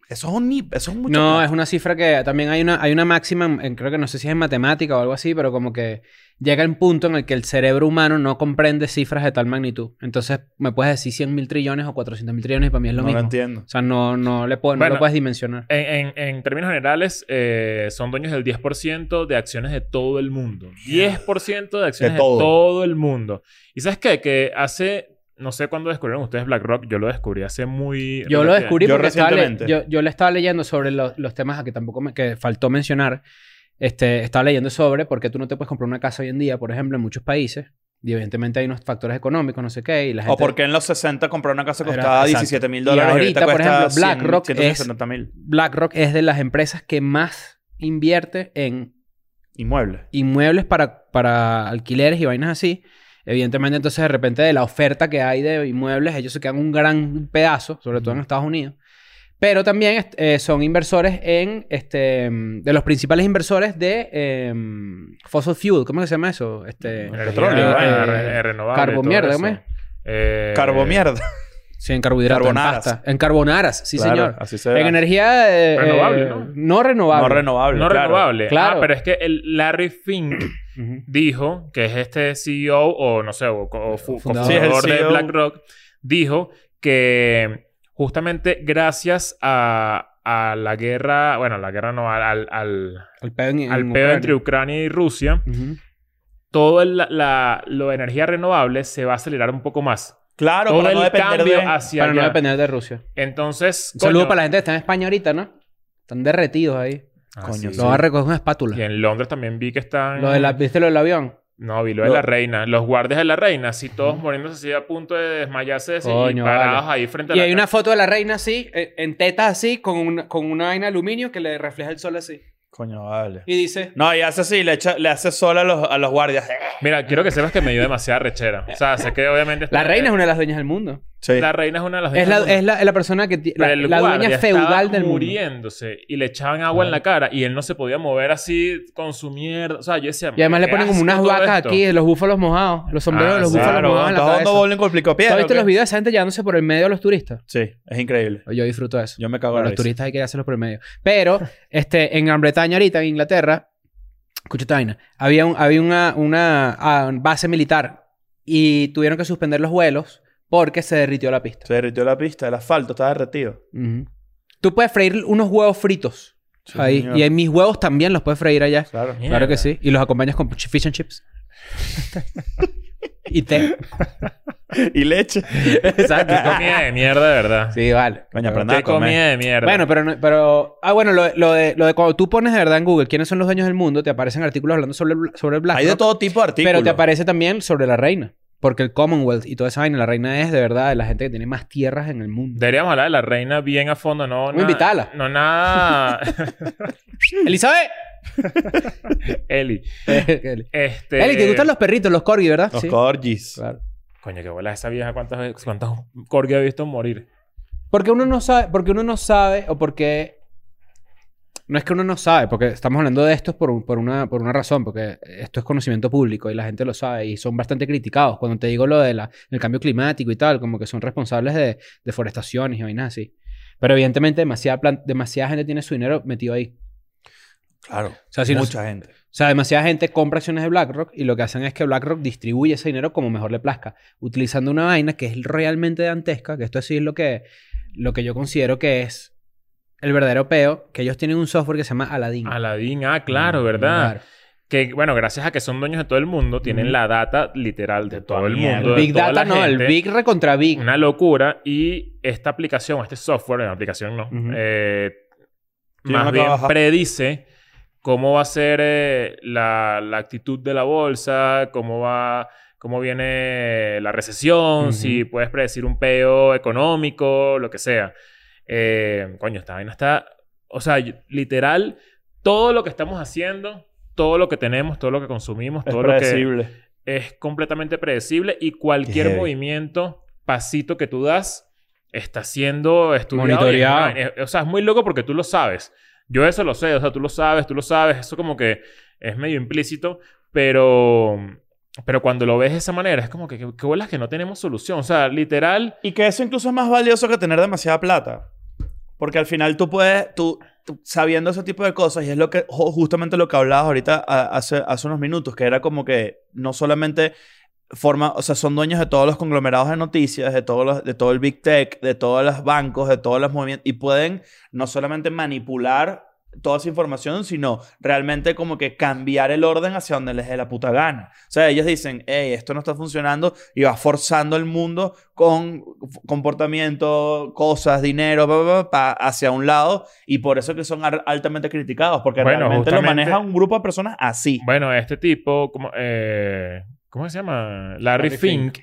Eso es un nip, eso es mucho.
No,
plata.
es una cifra que también hay una, hay una máxima, en- en- creo que no sé si es en matemática o algo así, pero como que llega el punto en el que el cerebro humano no comprende cifras de tal magnitud. Entonces, me puedes decir 100 mil trillones o 400 mil trillones y para mí es lo
no
mismo.
lo entiendo.
o sea, no, no, le puedo, no
Bueno.
lo puedes dimensionar.
En, en- en términos generales, eh, son dueños del 10% de acciones de todo el mundo. 10% de acciones de
De
todo.
todo.
el mundo. ¿Y sabes qué? Que hace, no sé cuándo descubrieron ustedes BlackRock, yo lo descubrí hace muy...
Yo lo descubrí
Yo
porque estaba le-
recientemente.
yo, yo le estaba leyendo sobre lo- los temas a que tampoco me que faltó mencionar. Este, estaba leyendo sobre por qué tú no te puedes comprar una casa hoy en día, por ejemplo, en muchos países. Y evidentemente hay unos factores económicos, no sé qué, y la gente...
O porque en los 60 comprar una casa
Era-
costaba
exacto.
17 mil
Y
dólares. y
ahorita, por ejemplo, BlackRock
mil.
BlackRock es de las empresas que más invierte en
Inmuebles.
inmuebles para, para alquileres y vainas así. Evidentemente, entonces, de repente, de la oferta que hay de inmuebles, ellos se quedan un gran pedazo, sobre todo en Estados Unidos. Pero también est- eh, son inversores en, este, mm, de los principales inversores de eh, fossil fuel. ¿Cómo que se llama eso? Este,
Energía,
Petróleo,
eh,
¿verdad?
re-
eh,
renovable,
carbo
todo
mierda,
eso.
¿cómo es?
Eh,
Carbo mierda.
sí, en carbohidratos,
carbonaras.
en pasta. En carbonaras, sí
Claro,
señor.
Así se ve.
En energía... eh,
Renovable,
eh,
¿no?
No
No
renovable.
renovable.
No
claro.
renovable.
Claro.
Ah, pero es que el Larry Fink
Ujú.
dijo, que es este CEO o no sé, o, co- o fu-
Fundador.
cofundador
Sí, es
el E
de
CEO.
BlackRock, dijo que justamente gracias a, a la guerra, bueno, la guerra no, al, al, al,
Al pedo en- en
al pedo
Ucrania.
entre Ucrania y Rusia,
Ujú.
todo el- la, lo de energía renovable se va a acelerar un poco más.
Claro,
todo
para
el
no depender
cambio
de...
hacia
Para no
allá.
depender de Rusia.
Entonces,
Un saludo
coño-
para la gente que está en España ahorita, ¿no? Están derretidos ahí.
Ah,
Coño,
sí.
Lo van a recoger con una espátula.
Y en Londres también vi que están...
Lo de la- ¿Viste lo del avión?
No, vi lo de
Lo-
la reina. Los guardias de la reina, así todos
Ujú.
muriéndose así a punto de desmayarse así,
Coño,
y parados
vale.
ahí frente a
Y
la
hay
ca-
una foto de la reina así, eh, en tetas así, con una, con una vaina de aluminio que le refleja el sol así.
Coño, vale.
Y dice...
No, y hace así, le, echa, le hace sol a los, a los guardias.
<laughs> Mira, quiero que sepas que me dio demasiada rechera. O sea, sé que obviamente... está-
La reina es una de las dueñas del mundo.
Sí.
La reina es una de las...
Es la, es la, es la persona que... ti-
Pero
La,
eh, el
la
guardia
dueña
estaba
feudal del mundo.
muriéndose y le echaban agua en la cara y él no se podía mover así con su mierda. O sea, yo decía...
Y además le
"Qué
ponen como
asco
unas
todo
vacas
esto".
aquí, los búfalos mojados. Los sombreros de los
sí.
búfalos
Claro,
mojados en la
estás
cabeza.
dando bowling con el
¿Tú
picopiedra.
has visto
o
los
qué?
videos de esa gente llevándose por el medio de los turistas?
Sí, es increíble.
Yo disfruto de eso.
Yo me cago
Bueno,
en
los
la risa.
turistas hay que hacerlos por el medio. Pero, este, en Gran Bretaña ahorita, en Inglaterra, escucha esta vaina, había, un- había una, una ah, base militar y tuvieron que suspender los vuelos porque se derritió la pista.
Se derritió la pista, el asfalto está derretido.
Ujú. Tú puedes freír unos huevos fritos
Sí,
ahí.
señor.
Y ahí mis huevos también los puedes freír allá.
Claro.
Mierda.
Claro que sí. Y los acompañas con ch- fish and chips. y té.
<laughs> y leche.
Exacto.
Qué comida de mierda, de verdad.
Sí, vale.
Coño,
Qué
aprenda a comer.
comida de mierda.
Bueno, pero, no- pero... Ah, bueno, lo, lo de, lo de cuando tú pones de verdad en Google quiénes son los dueños del mundo, te aparecen artículos hablando sobre, el bla- sobre el Black
Hay de todo tipo de artículos.
Pero te aparece también sobre la reina. Porque el Commonwealth y toda esa vaina, la reina es de verdad de la gente que tiene más tierras en el
<laughs>
mundo.
Deberíamos hablar de la reina bien a fondo, no...
Invítala.
No nada...
¡Elizabeth!
<laughs> Eli.
Eli, <laughs>
Este...
Eli, te gustan los perritos, los corgi, ¿verdad?
Los corgis.
Claro.
Coño, qué bola esa vieja. ¿Cuántas veces- ¿Cuántos corgi ha visto morir?
Porque uno no sabe, porque uno no sabe, o porque. No es que uno no sabe, porque estamos hablando de esto por, un- por, una, por una razón, porque esto es conocimiento público y la gente lo sabe y son bastante criticados. Cuando te digo lo del cambio climático y tal, como que son responsables de deforestaciones y vainas así. Pero evidentemente demasiada, plan- demasiada gente tiene su dinero metido ahí.
Claro.
O sea, si no-
Mucha gente.
O sea, demasiada gente compra acciones de BlackRock y lo que hacen es que BlackRock distribuye ese dinero como mejor le plazca, utilizando una vaina que es realmente dantesca, que esto sí es lo que, lo que yo considero que es el verdadero peo, que ellos tienen un software que se llama Aladdin.
Aladdin. Ah, claro, ¿verdad? Que, bueno, gracias a que son dueños de todo el mundo, tienen
Ujú. la
la data literal de, todo el
mierda.
mundo.
El Big Data no, el Big Re contra Big.
Una locura. Y esta aplicación, este software, la aplicación no,
Ujú.
eh,
Sí,
más
una
bien
caja.
predice cómo va a ser eh, la, la actitud de la bolsa, cómo va... Cómo viene la recesión,
Ujú.
si puedes predecir un peo económico, lo que sea. Eh, coño, esta vaina está. O sea, yo- literal, todo lo que estamos haciendo, todo lo que tenemos, todo lo que consumimos,
Es
todo lo que
predecible.
es completamente predecible y cualquier
Qué heavy.
movimiento, pasito que tú das, está siendo estudiado.
Monitoreado.
Y es- es- o sea, es muy loco porque tú lo sabes. Yo eso lo sé, o sea, tú lo sabes, tú lo sabes, eso como que es medio implícito, pero, pero cuando lo ves de esa manera es como que qué qué bolas que no tenemos solución, o sea, literal,
Y que eso incluso es más valioso que tener demasiada plata. Porque al final tú puedes, tú, tú- sabiendo ese tipo de cosas, y es lo que, ju- justamente lo que hablabas ahorita a- hace, hace unos minutos, que era como que no solamente forma, o sea, son dueños de todos los conglomerados de noticias, de, todos los- de todo el Big Tech, de todos los bancos, de todos los movimientos, y pueden no solamente manipular toda esa información, sino realmente como que cambiar el orden hacia donde les dé la puta gana. O sea, ellos dicen, hey, esto no está funcionando y va forzando el mundo con f- comportamiento, cosas, dinero, pa, pa, pa, pa, hacia un lado y por eso que son ar- altamente criticados, porque
Bueno,
realmente lo
justamente-
maneja un grupo de personas así.
bueno, este tipo, como, eh, ¿cómo se llama?
Larry
Larry, Fink,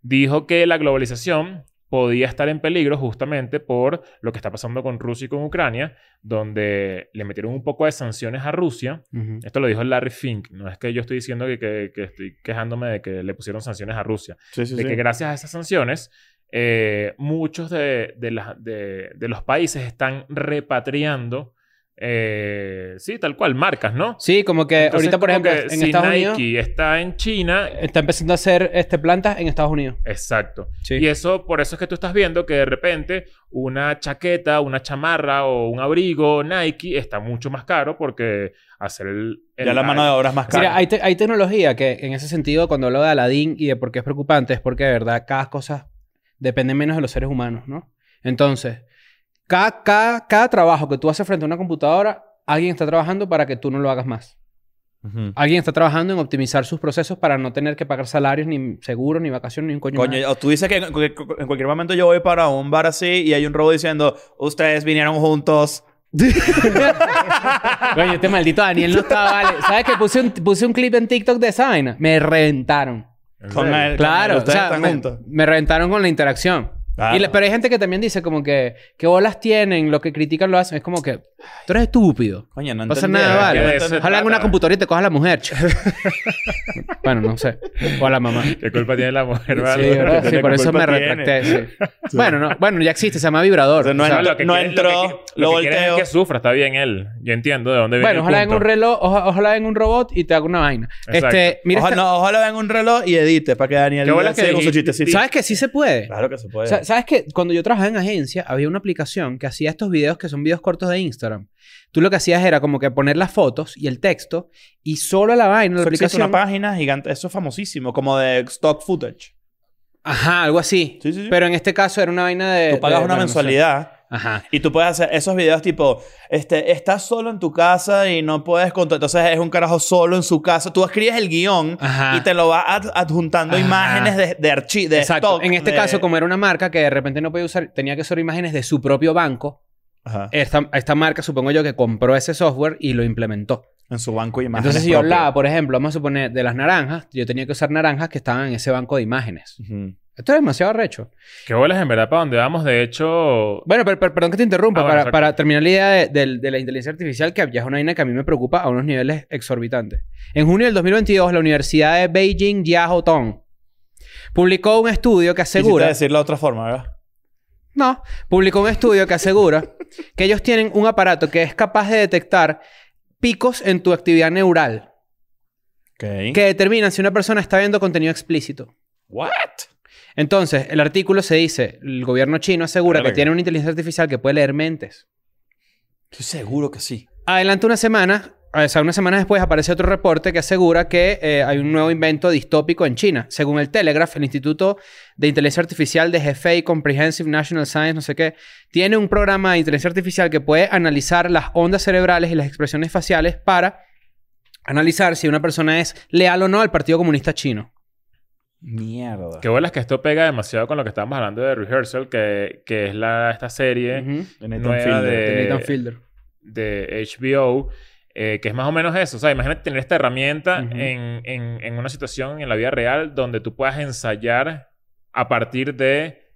dijo que la globalización podía estar en peligro justamente por lo que está pasando con Rusia y con Ucrania, donde le metieron un poco de sanciones a Rusia.
Ujú.
Esto lo dijo Larry Fink, no es que yo estoy diciendo que, que- que estoy quejándome de que le pusieron sanciones a Rusia
Sí, sí,
de que gracias a esas sanciones, eh, muchos de, de las- de- de los países están repatriando, eh, sí, tal cual, marcas, ¿no?
Sí, como que
Entonces,
Eh, ahorita, por
como
ejemplo,
que
en
si
Estados
Nike
Unidos
está en China,
está empezando a hacer este, plantas en Estados Unidos.
exacto.
Sí.
Y eso, por eso es que tú estás viendo que de repente una chaqueta, una chamarra o un abrigo Nike está mucho más caro porque hacer el... el-
Ya la mano de obra es más cara.
Mira, hay, te- hay tecnología que en ese sentido, cuando hablo de Aladdin y de por qué es preocupante, es porque de verdad cada cosa depende menos de los seres humanos, ¿no? Entonces, cada, cada, cada trabajo que tú haces frente a una computadora, alguien está trabajando para que tú no lo hagas más.
Ujú.
Alguien está trabajando en optimizar sus procesos para no tener que pagar salarios, ni seguros, ni vacaciones, ni un coño.
Coño,
más.
o tú dices que en cu- cu- en cualquier momento yo voy para un bar así y hay un robo diciendo, ustedes vinieron juntos.
<laughs> Coño, este maldito Daniel no está, vale. ¿Sabes que puse un, puse un clip en TikTok de esa vaina? Me reventaron.
¿En
Con
serio?
el-
Claro, o
ustedes
sea,
están
me,
juntos.
me reventaron con la interacción.
Claro.
Y la- pero hay gente que también dice como que, ¿qué bolas tienen? Lo que critican lo hacen. Es como que, tú eres estúpido.
Coño, no
No pasa
entendieron.
nada,
que de
vale.
eso se
Ojalá en una
trata.
computadora y te cojas a la mujer. chico. bueno, no sé. O a la mamá. Sí,
¿Qué culpa tiene la mujer?
¿verdad? <laughs>
vale?
Sí,
¿Qué
por eso
culpa
me
tiene?
retracté. sí. Bueno, no, bueno, ya existe, se llama vibrador.
O sea, no
O sea,
es-
lo que
no
quiere-
entró,
lo, que, qui-
lo
lo que quiere
volteo.
es que sufra, está bien él. Yo entiendo de dónde viene
bueno,
el
ojalá en
punto.
un reloj, oja- ojalá en un robot y te haga una vaina.
Exacto.
Este, mira,
Ojalá,
esta-
no, ojalá vean un reloj y edite para que Daniel
Qué bola
siga
que
con su
dijiste-
chistecito.
¿sabes que sí se puede?
Claro que se puede.
O sea, ¿Sabes que Cuando yo trabajaba en agencia, había una aplicación que hacía estos videos que son videos cortos de Instagram. Tú lo que hacías era como que poner las fotos y el texto y solo la vaina, la
Eso existe
aplicación.
una página gigante. Eso es famosísimo, como de stock footage.
Ajá, algo así.
Sí, sí, sí.
Pero en este caso era una vaina de.
tú pagas
de-
una
bueno, no sé.
mensualidad
Ajá.
y tú puedes hacer esos videos tipo, este, estás solo en tu casa y no puedes contar. Entonces es un carajo solo en su casa. Tú escribes el guión
Ajá.
y te lo vas ad- adjuntando
Ajá.
imágenes de, de archi- de
Exacto.
stock,
en este
de-
caso, como era una marca que de repente no podía usar, tenía que usar imágenes de su propio banco.
Ajá.
Esta, esta marca, supongo yo, que compró ese software y lo implementó.
en su banco de imágenes.
Entonces, si yo
propio.
hablaba, por ejemplo, vamos a suponer de las naranjas, yo tenía que usar naranjas que estaban en ese banco de imágenes.
Ujú.
Esto es demasiado recho.
Qué bolas en verdad para donde vamos. De hecho,
Bueno, pero, pero- perdón que te interrumpa.
Ah, bueno,
para,
exacto.
para terminar la idea de, del- de la inteligencia artificial, que ya es una vaina que a mí me preocupa a unos niveles exorbitantes. En junio del 2022, la Universidad de Beijing Jiaotong publicó un estudio que
Quisiste
asegura...
decir la otra forma, ¿verdad?
No, publicó un estudio que asegura <laughs> que ellos tienen un aparato que es capaz de detectar picos en tu actividad neural
Ok.
que determinan si una persona está viendo contenido explícito.
What?
Entonces, el artículo se dice, el gobierno chino asegura que
Verga.
tiene una inteligencia artificial que puede leer mentes.
Estoy seguro que sí.
Adelante una semana, o sea, una semana después aparece otro reporte que asegura que eh, hay un nuevo invento distópico en China. Según el Telegraph, el Instituto de Inteligencia Artificial de GFA Comprehensive National Science, no sé qué, tiene un programa de inteligencia artificial que puede analizar las ondas cerebrales y las expresiones faciales para analizar si una persona es leal o no al Partido Comunista Chino.
Mierda.
qué bolas que esto pega demasiado con lo que estábamos hablando de Rehearsal, que, que es la, esta serie
Ujú.
De Nathan
nueva
Fielder.
de-
De Nathan Fielder.
de HBO, eh, que es más o menos eso. O sea, imagínate tener esta herramienta
Ujú.
en, en- en una situación en la vida real donde tú puedas ensayar a partir de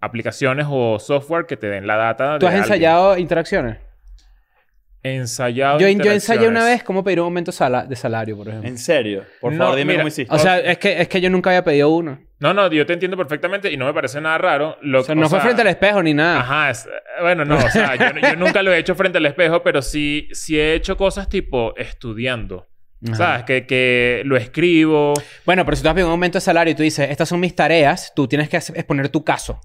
aplicaciones o software que te den la data. de
¿Tú has
alguien.
ensayado interacciones?
Ensayado.
Yo, yo ensayé
interacciones.
una vez cómo pedir un aumento sala- de salario, por ejemplo.
¿En serio? Por
No,
favor, dime
mira,
cómo hiciste.
O sea, es que, es que yo nunca había pedido uno.
No, no, yo te entiendo perfectamente y no me parece nada raro. Lo,
O sea, no fue frente al espejo ni nada.
Ajá, es- bueno, no, o
<laughs>
sea, yo, yo nunca lo he hecho frente al espejo, pero sí, sí he hecho cosas tipo estudiando.
Ajá.
¿Sabes? Que, que lo escribo.
Bueno, pero si tú has pedido un aumento de salario y tú dices, estas son mis tareas, tú tienes que hacer- exponer tu caso.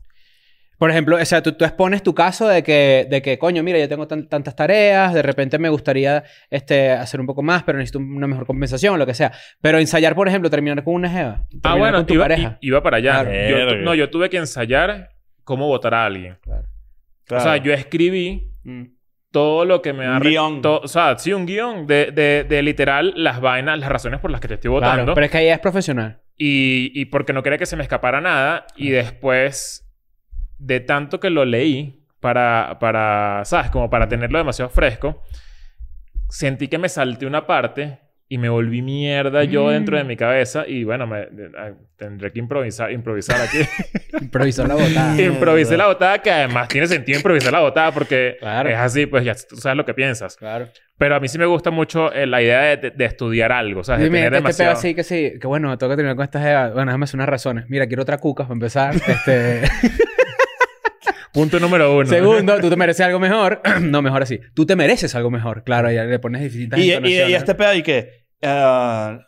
Por ejemplo, o sea, tú, tú expones tu caso de que, de que, coño, mira, yo tengo tan- tantas tareas, de repente me gustaría este, hacer un poco más, pero necesito una mejor compensación o lo que sea. Pero ensayar, por ejemplo, terminar con una jeva.
Ah,
terminar
bueno,
con tu
iba,
pareja.
i- iba para allá.
Claro.
Yo tu-
Verga.
no, yo tuve que ensayar cómo votar a alguien.
Claro.
O sea, yo escribí
Mm.
todo lo que me ha...
Un
re-
guión.
to- o sea, sí, un guión de, de- de literal las vainas, las razones por las que te estoy votando.
Claro, pero es que ahí es profesional.
y, y porque no quería que se me escapara nada. Y después de tanto que lo leí para, para, ¿sabes? Como para tenerlo demasiado fresco, sentí que me salté una parte y me volví mierda yo
Mm.
dentro de mi cabeza. Y bueno, me- de- ah, tendré que improvisar, improvisar aquí.
Improvisar la
<laughs>
botada.
Mierda.
improvisé la botada, que además tiene sentido improvisar la botada porque
Claro.
es así, pues ya tú sabes lo que piensas.
claro.
Pero a mí sí me gusta mucho eh, la idea de, de- de estudiar algo, o sea, de
Dime,
tener
este
demasiado...
pedo así que sí, que bueno, tengo que terminar con esta jeva. Bueno, déjame hacer unas razones. Mira, quiero otra cuca para empezar. Este...
Punto número uno.
Segundo, tú te mereces algo mejor. <clears throat> no, mejor así. Tú te mereces algo mejor. Claro, ya le pones distintas
Y, y- y
entonaciones. <laughs>
este pedo, ¿y qué? Ah,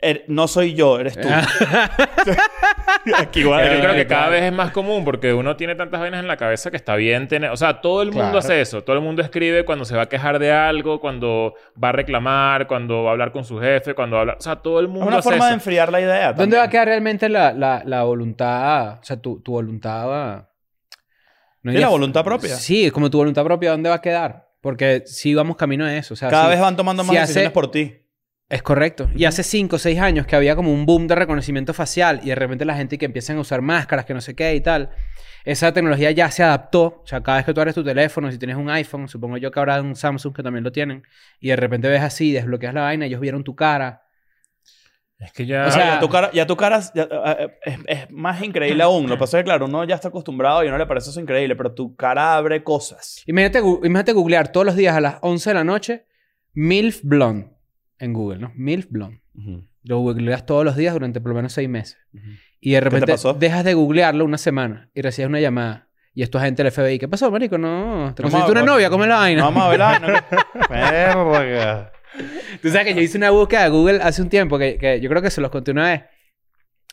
er- no soy yo, eres
Ah.
tú. <laughs> Aquí
<laughs>
igual.
Pero yo creo que
claro.
cada vez es más común porque uno tiene tantas vainas en la cabeza que está bien tener... O sea, todo el mundo
Claro.
hace eso. Todo el mundo escribe cuando se va a quejar de algo, cuando va a reclamar, cuando va a hablar con su jefe, cuando va a hablar... O sea, todo el
Es
mundo
una
hace
forma de
eso.
enfriar la idea.
¿Dónde
también.
va a quedar realmente la, la, la voluntad? O sea, tu, tu voluntad va... No
Sí,
diría-
la voluntad propia.
Sí, como tu voluntad propia, ¿dónde va a quedar? Porque sí vamos camino a eso. O sea,
Cada
sí,
vez van tomando más
Si hace-
decisiones por ti.
Es correcto. Y hace 5 o 6 años que había como un boom de reconocimiento facial y de repente la gente que empiezan a usar máscaras, que no sé qué y tal. Esa tecnología ya se adaptó. O sea, cada vez que tú abres tu teléfono, si tienes un iPhone, supongo yo que habrá un Samsung que también lo tienen, y de repente ves así, desbloqueas la vaina, ellos vieron tu cara.
Es que ya...
O
O <laughs>
sea,
sea, ya tu cara, ya tu cara ya, eh, es, es más increíble aún. Lo que pasa es que, claro, uno ya está acostumbrado y a uno le parece eso increíble, pero tu cara abre cosas.
Imagínate, gu- imagínate googlear todos los días a las 11 de la noche MILF Blonde en Google, ¿no? MILF Blonde. Lo googleas todos los días durante por lo menos 6 meses. Y de
te
repente
pasó?
dejas de googlearlo una semana y recibes una llamada. Y esto es gente del FBI. ¿Qué pasó, marico? No. Te
No
conseguiste
me-
una novia. ¿Cómo es la vaina?
No vamos a ver la
<laughs>
vaina.
Tú sabes que yo hice una búsqueda de Google hace un tiempo que, que yo creo que se los conté una vez.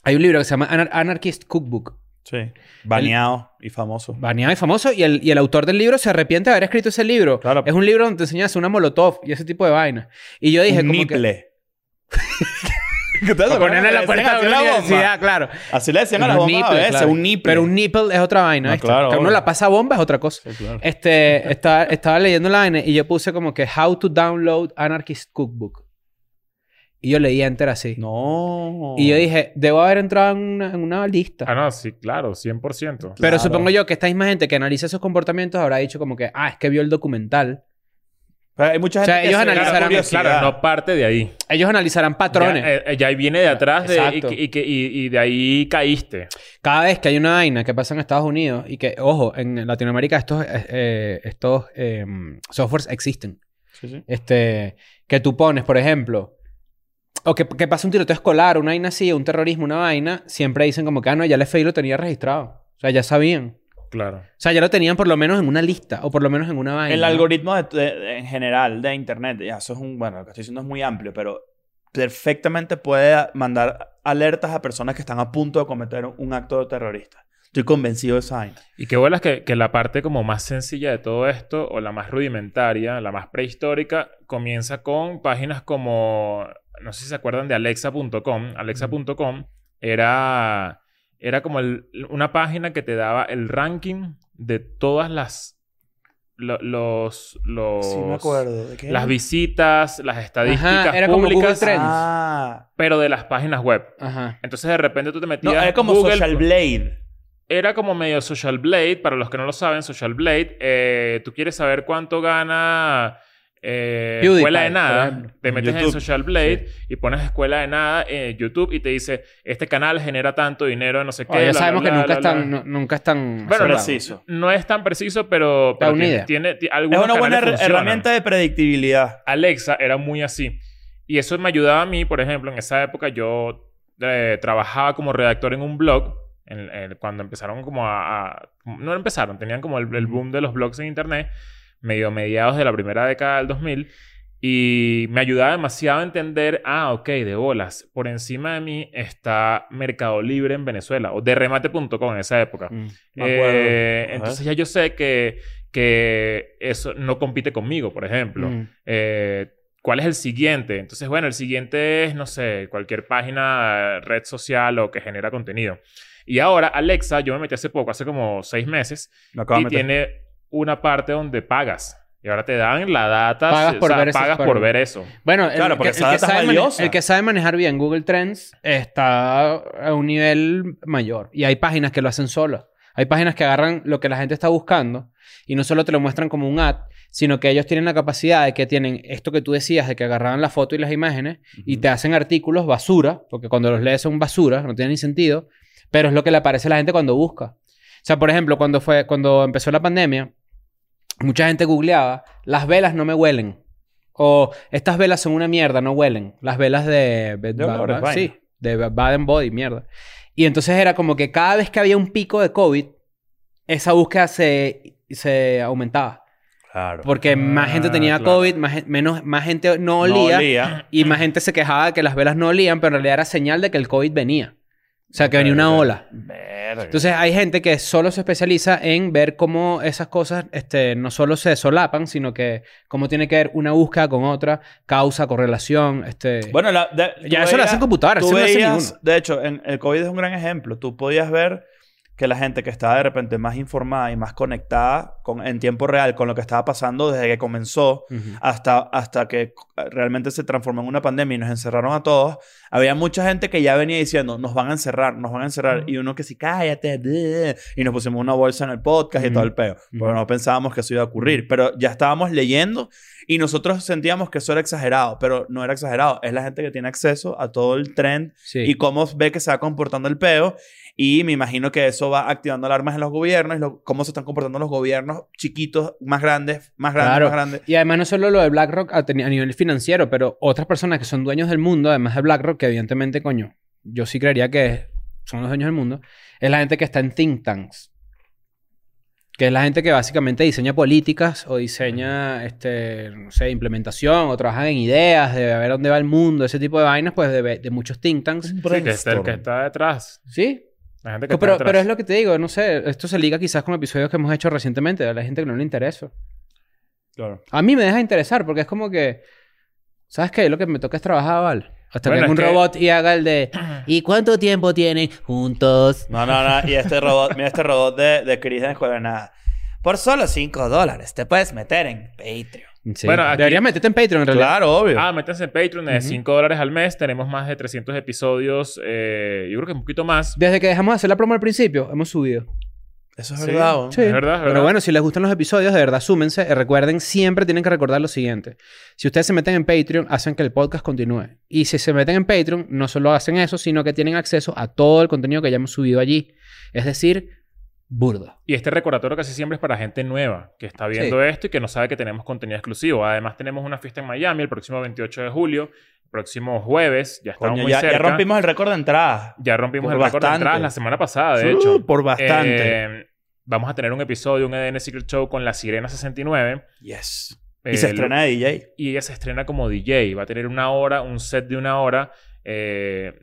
Hay un libro que se llama Anar- Anarchist Cookbook.
Sí. Baneado y famoso.
Baneado y famoso. Y el, y el autor del libro se arrepiente de haber escrito ese libro.
Claro.
Es un libro donde te enseñas a hacer una molotov y ese tipo de vaina. Y yo dije...
Un
como que-
niple. <laughs> ¿Qué te hace?
Para ponerle en la
Le
puerta de
decían
la
así a la
universidad, claro.
bomba. Así le decían a la
Un
bomba a
nipple,
veces,
claro.
un niple.
Pero un nipple es otra vaina.
No,
¿viste?
claro,
que uno
obvio.
la pasa a bomba es otra cosa.
<laughs>
Este, estaba, estaba leyendo la vaina y yo puse como que How to Download Anarchist Cookbook. Y yo leí enter así.
No.
Y yo dije, debo haber entrado en una, en una lista.
Ah, no, sí, claro, 100%.
Pero
claro.
supongo yo que esta misma gente que analiza esos comportamientos habrá dicho como que, ah, es que vio el documental
Pero hay mucha
O
gente
sea,
que
ellos
se da
analizarán-
curiosidad.
Claro, no parte de ahí.
Ellos analizarán
Ya,
patrones.
eh, ya viene de atrás de, y,
Exacto.
que- y que- y- y de ahí caíste.
Cada vez que hay una vaina que pasa en Estados Unidos y que, ojo, en Latinoamérica estos, eh, eh, estos eh, softwares existen.
Sí, sí.
Este, que tú pones, por ejemplo, o que, que pasa un tiroteo escolar, una vaina así, un terrorismo, una vaina, siempre dicen como que, ah, no, ya el FBI lo tenía registrado. O sea, ya sabían.
Claro.
O sea, ya lo tenían por lo menos en una lista o por lo menos en una vaina.
El
¿no?
algoritmo de- de- en general de Internet, ya eso es un, bueno, lo que estoy diciendo es muy amplio, pero perfectamente puede mandar alertas a personas que están a punto de cometer un, un acto terrorista. Estoy convencido de esa vaina.
Y qué bolas que, que la parte como más sencilla de todo esto, o la más rudimentaria, la más prehistórica, comienza con páginas como, no sé si se acuerdan de alexa.com. Alexa.com era, era como el- una página que te daba el ranking de todas las... lo- los, los...
Sí, me acuerdo. ¿De qué?
Las visitas, las estadísticas
era como Google
públicas,
Trends.
Ah,
pero de las páginas web.
Ajá.
Entonces de repente tú te
no,
metías...
era como
Google-
Social Blade.
era como medio Social Blade. Para los que no lo saben, Social Blade, eh, tú quieres saber cuánto gana eh,
PewDiePie,
Escuela de
por
Nada.
ejemplo.
Te metes en
YouTube.
Social Blade y pones Escuela de Nada en YouTube y te dice, este canal genera tanto dinero, no
Oh,
sé qué.
Bueno, ya
bla,
sabemos
bla,
que
bla,
nunca
bla,
están,
bla".
no- nunca están.
Bueno,
cerrados.
preciso.
No es tan preciso, pero, pero
una
tiene,
idea.
tiene- ti-
Es
algunos
una buena
canales
her-
funcionan.
herramienta de predictibilidad.
Alexa era muy así. Y eso me ayudaba a mí, por ejemplo, en esa época yo eh, trabajaba como redactor en un blog. en- en- cuando empezaron como a, a- No empezaron, tenían como el, el boom de los blogs en internet, medio mediados de la primera década del 2000. Y me ayudaba demasiado a entender, ah, ok, de bolas. Por encima de mí está Mercado Libre en Venezuela, o de remate.com en esa época.
Mm.
Me acuerdo.
Eh,
Ajá.
entonces ya yo sé que, que eso no compite conmigo, por ejemplo.
Mm.
Eh, ¿Cuál es el siguiente? Entonces, bueno, el siguiente es, no sé, cualquier página, eh, red social o que genera contenido. Y ahora, Alexa, yo me metí hace poco, hace como seis meses,
Me acabo de
y
meter.
tiene una parte donde pagas. Y ahora te dan la data,
Pagas
o
por
sea,
ver esas
pagas por
cosas.
ver eso.
Bueno, el,
Claro, porque
que,
esa
el que
data es
sabe mane-
valiosa.
el que sabe manejar bien Google Trends está a un nivel mayor. Y hay páginas que lo hacen solas. Hay páginas que agarran lo que la gente está buscando y no solo te lo muestran como un ad, sino que ellos tienen la capacidad de que tienen esto que tú decías, de que agarraban la foto y las imágenes y te hacen artículos basura, porque cuando los lees son basura, no tiene ni sentido, pero es lo que le aparece a la gente cuando busca. O sea, por ejemplo, cuando, fue, cuando empezó la pandemia, mucha gente googleaba, las velas no me huelen. O estas velas son una mierda, no huelen. Las velas de... Bed-
De olores,
Ba-
vaina.
sí, de Ba- Baden Body, mierda. Y entonces era como que cada vez que había un pico de COVID, esa búsqueda se, se aumentaba.
Claro.
Porque más gente
Ah,
tenía
claro.
COVID, más, gen- menos, más gente no
No
olía,
olía.
Y más gente se quejaba de que las velas no olían, pero en realidad era señal de que el COVID venía. O sea, que venía una
Verga.
ola.
Verga.
Entonces hay gente que solo se especializa en ver cómo esas cosas este, no solo se solapan, sino que cómo tiene que ver una búsqueda con otra, causa, correlación. Este...
Bueno, la, de-
ya
tú
eso lo
veías-
hacen computadoras,
tú
eso no lo hace
veías-
ninguno.
De hecho, en, el COVID es un gran ejemplo. Tú podías ver que la gente que estaba de repente más informada y más conectada con, en tiempo real con lo que estaba pasando desde que comenzó
Ujú.
hasta, hasta que realmente se transformó en una pandemia y nos encerraron a todos, había mucha gente que ya venía diciendo, nos van a encerrar, nos van a encerrar. Y uno que sí, cállate. bleh", Y nos pusimos una bolsa en el podcast y
Ujú.
todo el peo. Pero
Ujú.
no pensábamos que eso iba a ocurrir. Pero ya estábamos leyendo y nosotros sentíamos que eso era exagerado. Pero no era exagerado. Es la gente que tiene acceso a todo el trend
Sí.
y cómo ve que se va comportando el peo. Y me imagino que eso va activando alarmas en los gobiernos, y lo- cómo se están comportando los gobiernos chiquitos, más grandes, más grandes,
Claro.
más grandes.
Y además no solo lo de BlackRock a, teni- a nivel financiero, pero otras personas que son dueños del mundo, además de BlackRock, que evidentemente, coño, yo sí creería que son los dueños del mundo, es la gente que está en think tanks. Que es la gente que básicamente diseña políticas o diseña, este, no sé, implementación o trabajan en ideas de a ver dónde va el mundo, ese tipo de vainas, pues de, de muchos think tanks.
Sí, que está el que está detrás.
Sí,
La gente que
pero,
está
pero,
detrás.
es lo que te digo, no sé, esto se liga quizás con episodios que hemos hecho recientemente, de la gente que no le interesa.
Claro.
A mí me deja interesar porque es como que. ¿Sabes qué? Lo que me toca es trabajar, ¿vale? Hasta
Bueno,
que
es
un
que-
robot y haga el
<clears throat>
de. ¿Y cuánto tiempo tienen juntos?
No, no, no. Y este robot, mira este robot de, de Chris en Escuela de Nada. Por solo 5 dólares te puedes meter en Patreon.
Sí.
Bueno, aquí-
Deberías meterte en Patreon en realidad.
Claro, obvio.
Ah, métanse en Patreon de
Ujú.
5 dólares al mes. Tenemos más de 300 episodios. eh, yo creo que un poquito más.
Desde que dejamos de hacer la promo al principio, hemos subido.
Eso es
Sí.
verdad, weón.
Sí.
Es verdad, es verdad.
Pero bueno, si les gustan los episodios, de verdad, súmense. Eh, Recuerden, siempre tienen que recordar lo siguiente. Si ustedes se meten en Patreon, hacen que el podcast continúe. Y si se meten en Patreon, no solo hacen eso, sino que tienen acceso a todo el contenido que hayamos subido allí. Es decir, burdo.
Y este recordatorio casi siempre es para gente nueva que está viendo esto y que no sabe que tenemos contenido exclusivo. Además, tenemos una fiesta en Miami el próximo 28 de julio, el próximo jueves, ya estamos
Coño,
muy
ya, ya
cerca.
rompimos el récord de entradas.
Ya rompimos
por
el récord de
bastante.
entradas la semana pasada, Ah, de
Uh,
hecho.
Por bastante.
Eh, vamos a tener un episodio, un EDN Secret Show con la Sirena 69.
yes.
Eh,
Y se estrena de DJ.
Y ella se estrena como DJ. Va a tener una hora, un set de una hora. Eh,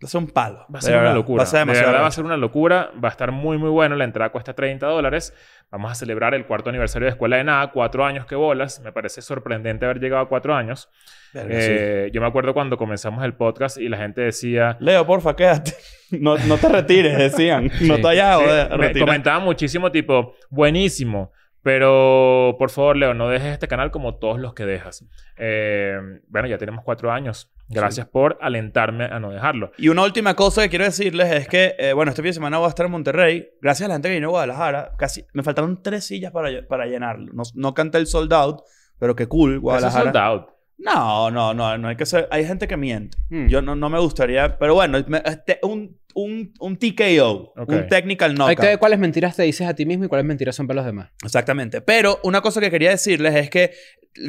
Va a ser un palo.
va a
de
ser una
verdad.
locura.
Va a ser
de
demasiado.
verdad va a
arrecho.
ser una locura. Va a estar muy, muy bueno. La entrada cuesta 30 dólares. Vamos a celebrar el cuarto aniversario de Escuela de Nada. Cuatro años que bolas. Me parece sorprendente haber llegado a cuatro años.
Verga, sí.
Eh, Yo me acuerdo cuando comenzamos el podcast y la gente decía...
Leo, porfa, quédate. <laughs> No, no te retires, decían. No
Sí.
te vayas a
Sí,
joder,
eh, me
retirar.
comentaba muchísimo, tipo, buenísimo. Pero, por favor, Leo, no dejes este canal como todos los que dejas. Eh, bueno, ya tenemos cuatro años. Gracias por alentarme a no dejarlo.
Y una última cosa que quiero decirles es que, eh, bueno, este fin de semana voy a estar en Monterrey. Gracias a la gente que vino a Guadalajara, casi me faltaron tres sillas para, lle- para llenarlo. No, no canté el sold out, pero qué cool,
Eso es sold
Guadalajara.
out.
No, no, no, no hay que ser. Hay gente que miente.
Mm.
Yo no, no me gustaría, pero bueno, me- este, un, un, un TKO,
Ok.
un technical
Hay
knockout.
que ver cuáles mentiras te dices a ti mismo y cuáles mentiras son para los demás.
Exactamente. Pero una cosa que quería decirles es que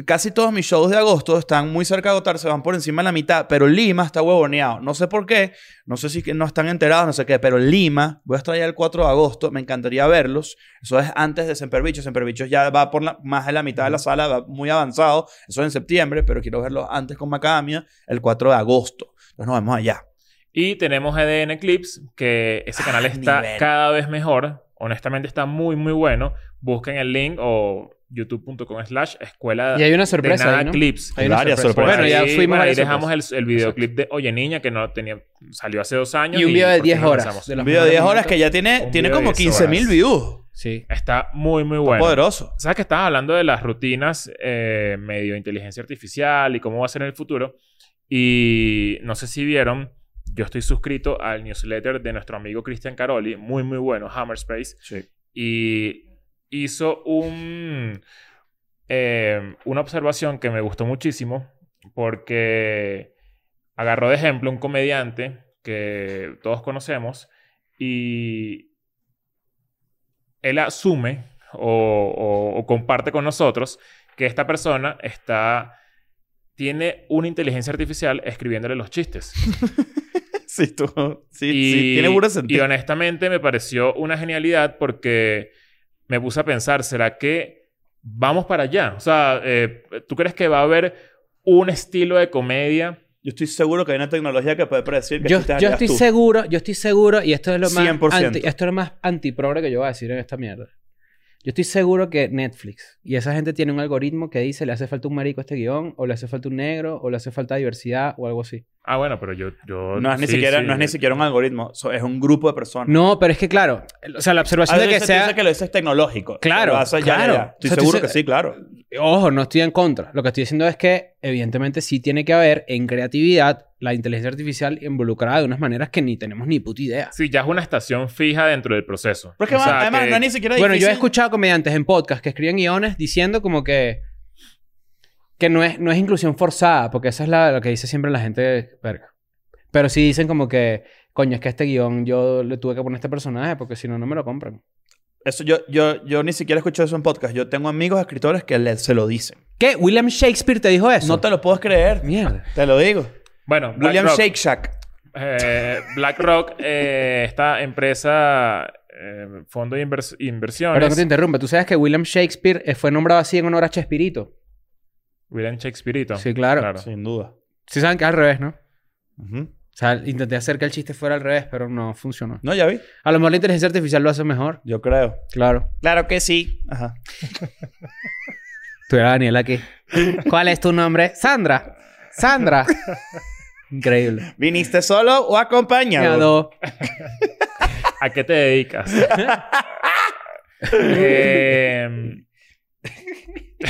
casi todos mis shows de agosto están muy cerca de agotarse, van por encima de la mitad, pero Lima está huevoneado. No sé por qué, no sé si que no están enterados, no sé qué, pero Lima, voy a estar allá el 4 de agosto, me encantaría verlos. Eso es antes de Semperbichos. Semperbichos ya va por la- más de la mitad de la sala, va muy avanzado. Eso es en septiembre, pero quiero verlos antes con Macadamia, el 4 de agosto. Entonces nos vemos allá.
Y tenemos EDN Clips, que ese canal
Ah,
está
nivel.
cada vez mejor. Honestamente, está muy, muy bueno. Busquen el link o youtube.com slash escuela
Y hay una
Ah, de
sorpresa
nada
ahí, ¿no?
clips.
Hay una
Varias
Por
sorpresas.
Bueno, ya
ahí,
fuimos
por
a pues.
ahí
la sorpresa.
dejamos el, el videoclip de Oye Niña, que no tenía, salió hace dos años.
Y un video de
por fin
10
lo
horas.
lanzamos.
de los
Un video de
mejores
10 horas
momentos.
que ya tiene,
Un
tiene
video de
como
10
15 mil
horas.
views.
Sí.
Está muy, muy bueno.
Poderoso.
Sabes que estabas hablando de las rutinas eh, medio inteligencia artificial y cómo va a ser en el futuro. Y no sé si vieron, yo estoy suscrito al newsletter de nuestro amigo Cristian Caroli, muy, muy bueno, Hammerspace.
Sí.
Y hizo un, eh, una observación que me gustó muchísimo porque agarró de ejemplo un comediante que todos conocemos y él asume o, o- o comparte con nosotros que esta persona está tiene una inteligencia artificial escribiéndole los chistes.
<laughs> Sí, tú. Sí, sí, tiene puro
Y
sentido.
honestamente me pareció una genialidad porque me puse a pensar, ¿será que vamos para allá? O sea, eh, ¿tú crees que va a haber un estilo de comedia?
Yo estoy seguro que hay una tecnología que puede predecir que
Yo,
tú te
yo
harías
estoy
tú.
seguro, yo estoy seguro, y esto es lo más
100%.
anti, esto es lo más antiprogre que yo voy a decir en esta mierda. Yo estoy seguro que Netflix y esa gente tiene un algoritmo que dice le hace falta un marico a este guión, o le hace falta un negro, o le hace falta diversidad, o algo así.
Ah, bueno, pero yo... yo
No es, ni
sí,
siquiera,
sí.
no es ni siquiera un algoritmo, so- es un grupo de personas.
No, pero es que claro, el- o sea, la
A
observación de que
veces tú
sea.
dices que lo dices tecnológico.
Claro,
Lo haces ya,
claro.
ya, ya.
O
Estoy
sea, tú
seguro que
dices-
sí, claro.
Ojo, no estoy en contra. Lo que estoy diciendo es que, evidentemente, sí tiene que haber en creatividad la inteligencia artificial involucrada de unas maneras que ni tenemos ni puta idea.
Sí, ya es una estación fija dentro del proceso.
Pero es que
O sea,
además
que-
no es ni siquiera
Bueno, yo he
difícil.
escuchado comediantes en podcast que escriben guiones diciendo como que... Que no es, no es inclusión forzada, porque eso es la, lo que dice siempre la gente... Verga. Pero sí dicen como que... Coño, es que este guión yo le tuve que poner a este personaje porque si no, no me lo compran.
Eso, yo, yo, yo ni siquiera escucho eso en podcast. Yo tengo amigos escritores que le- se lo dicen.
¿Qué? ¿William Shakespeare te dijo eso?
No te lo puedes creer.
Mierda.
Te lo digo.
Bueno, Black
William
Rock,
Shake Shack.
eh, BlackRock, eh, esta empresa, eh, fondo de invers- inversiones,
Perdón que te interrumpa. Tú sabes que William Shakespeare eh, fue nombrado así en honor a Chespirito.
William Shakespeare.
Sí, claro.
Sin duda.
Sí saben que es al revés, ¿no? O
Ujú.
sea, intenté hacer que el chiste fuera al revés, pero no funcionó.
No, ya vi.
A lo mejor la inteligencia artificial lo hace mejor.
Yo creo.
Claro.
Claro que sí. Ajá.
Tuviera Daniel aquí. ¿Cuál es tu nombre? Sandra. Sandra. Increíble.
¿Viniste solo o acompañado?
Ñado.
¿A qué
<laughs>
te dedicas? Eh,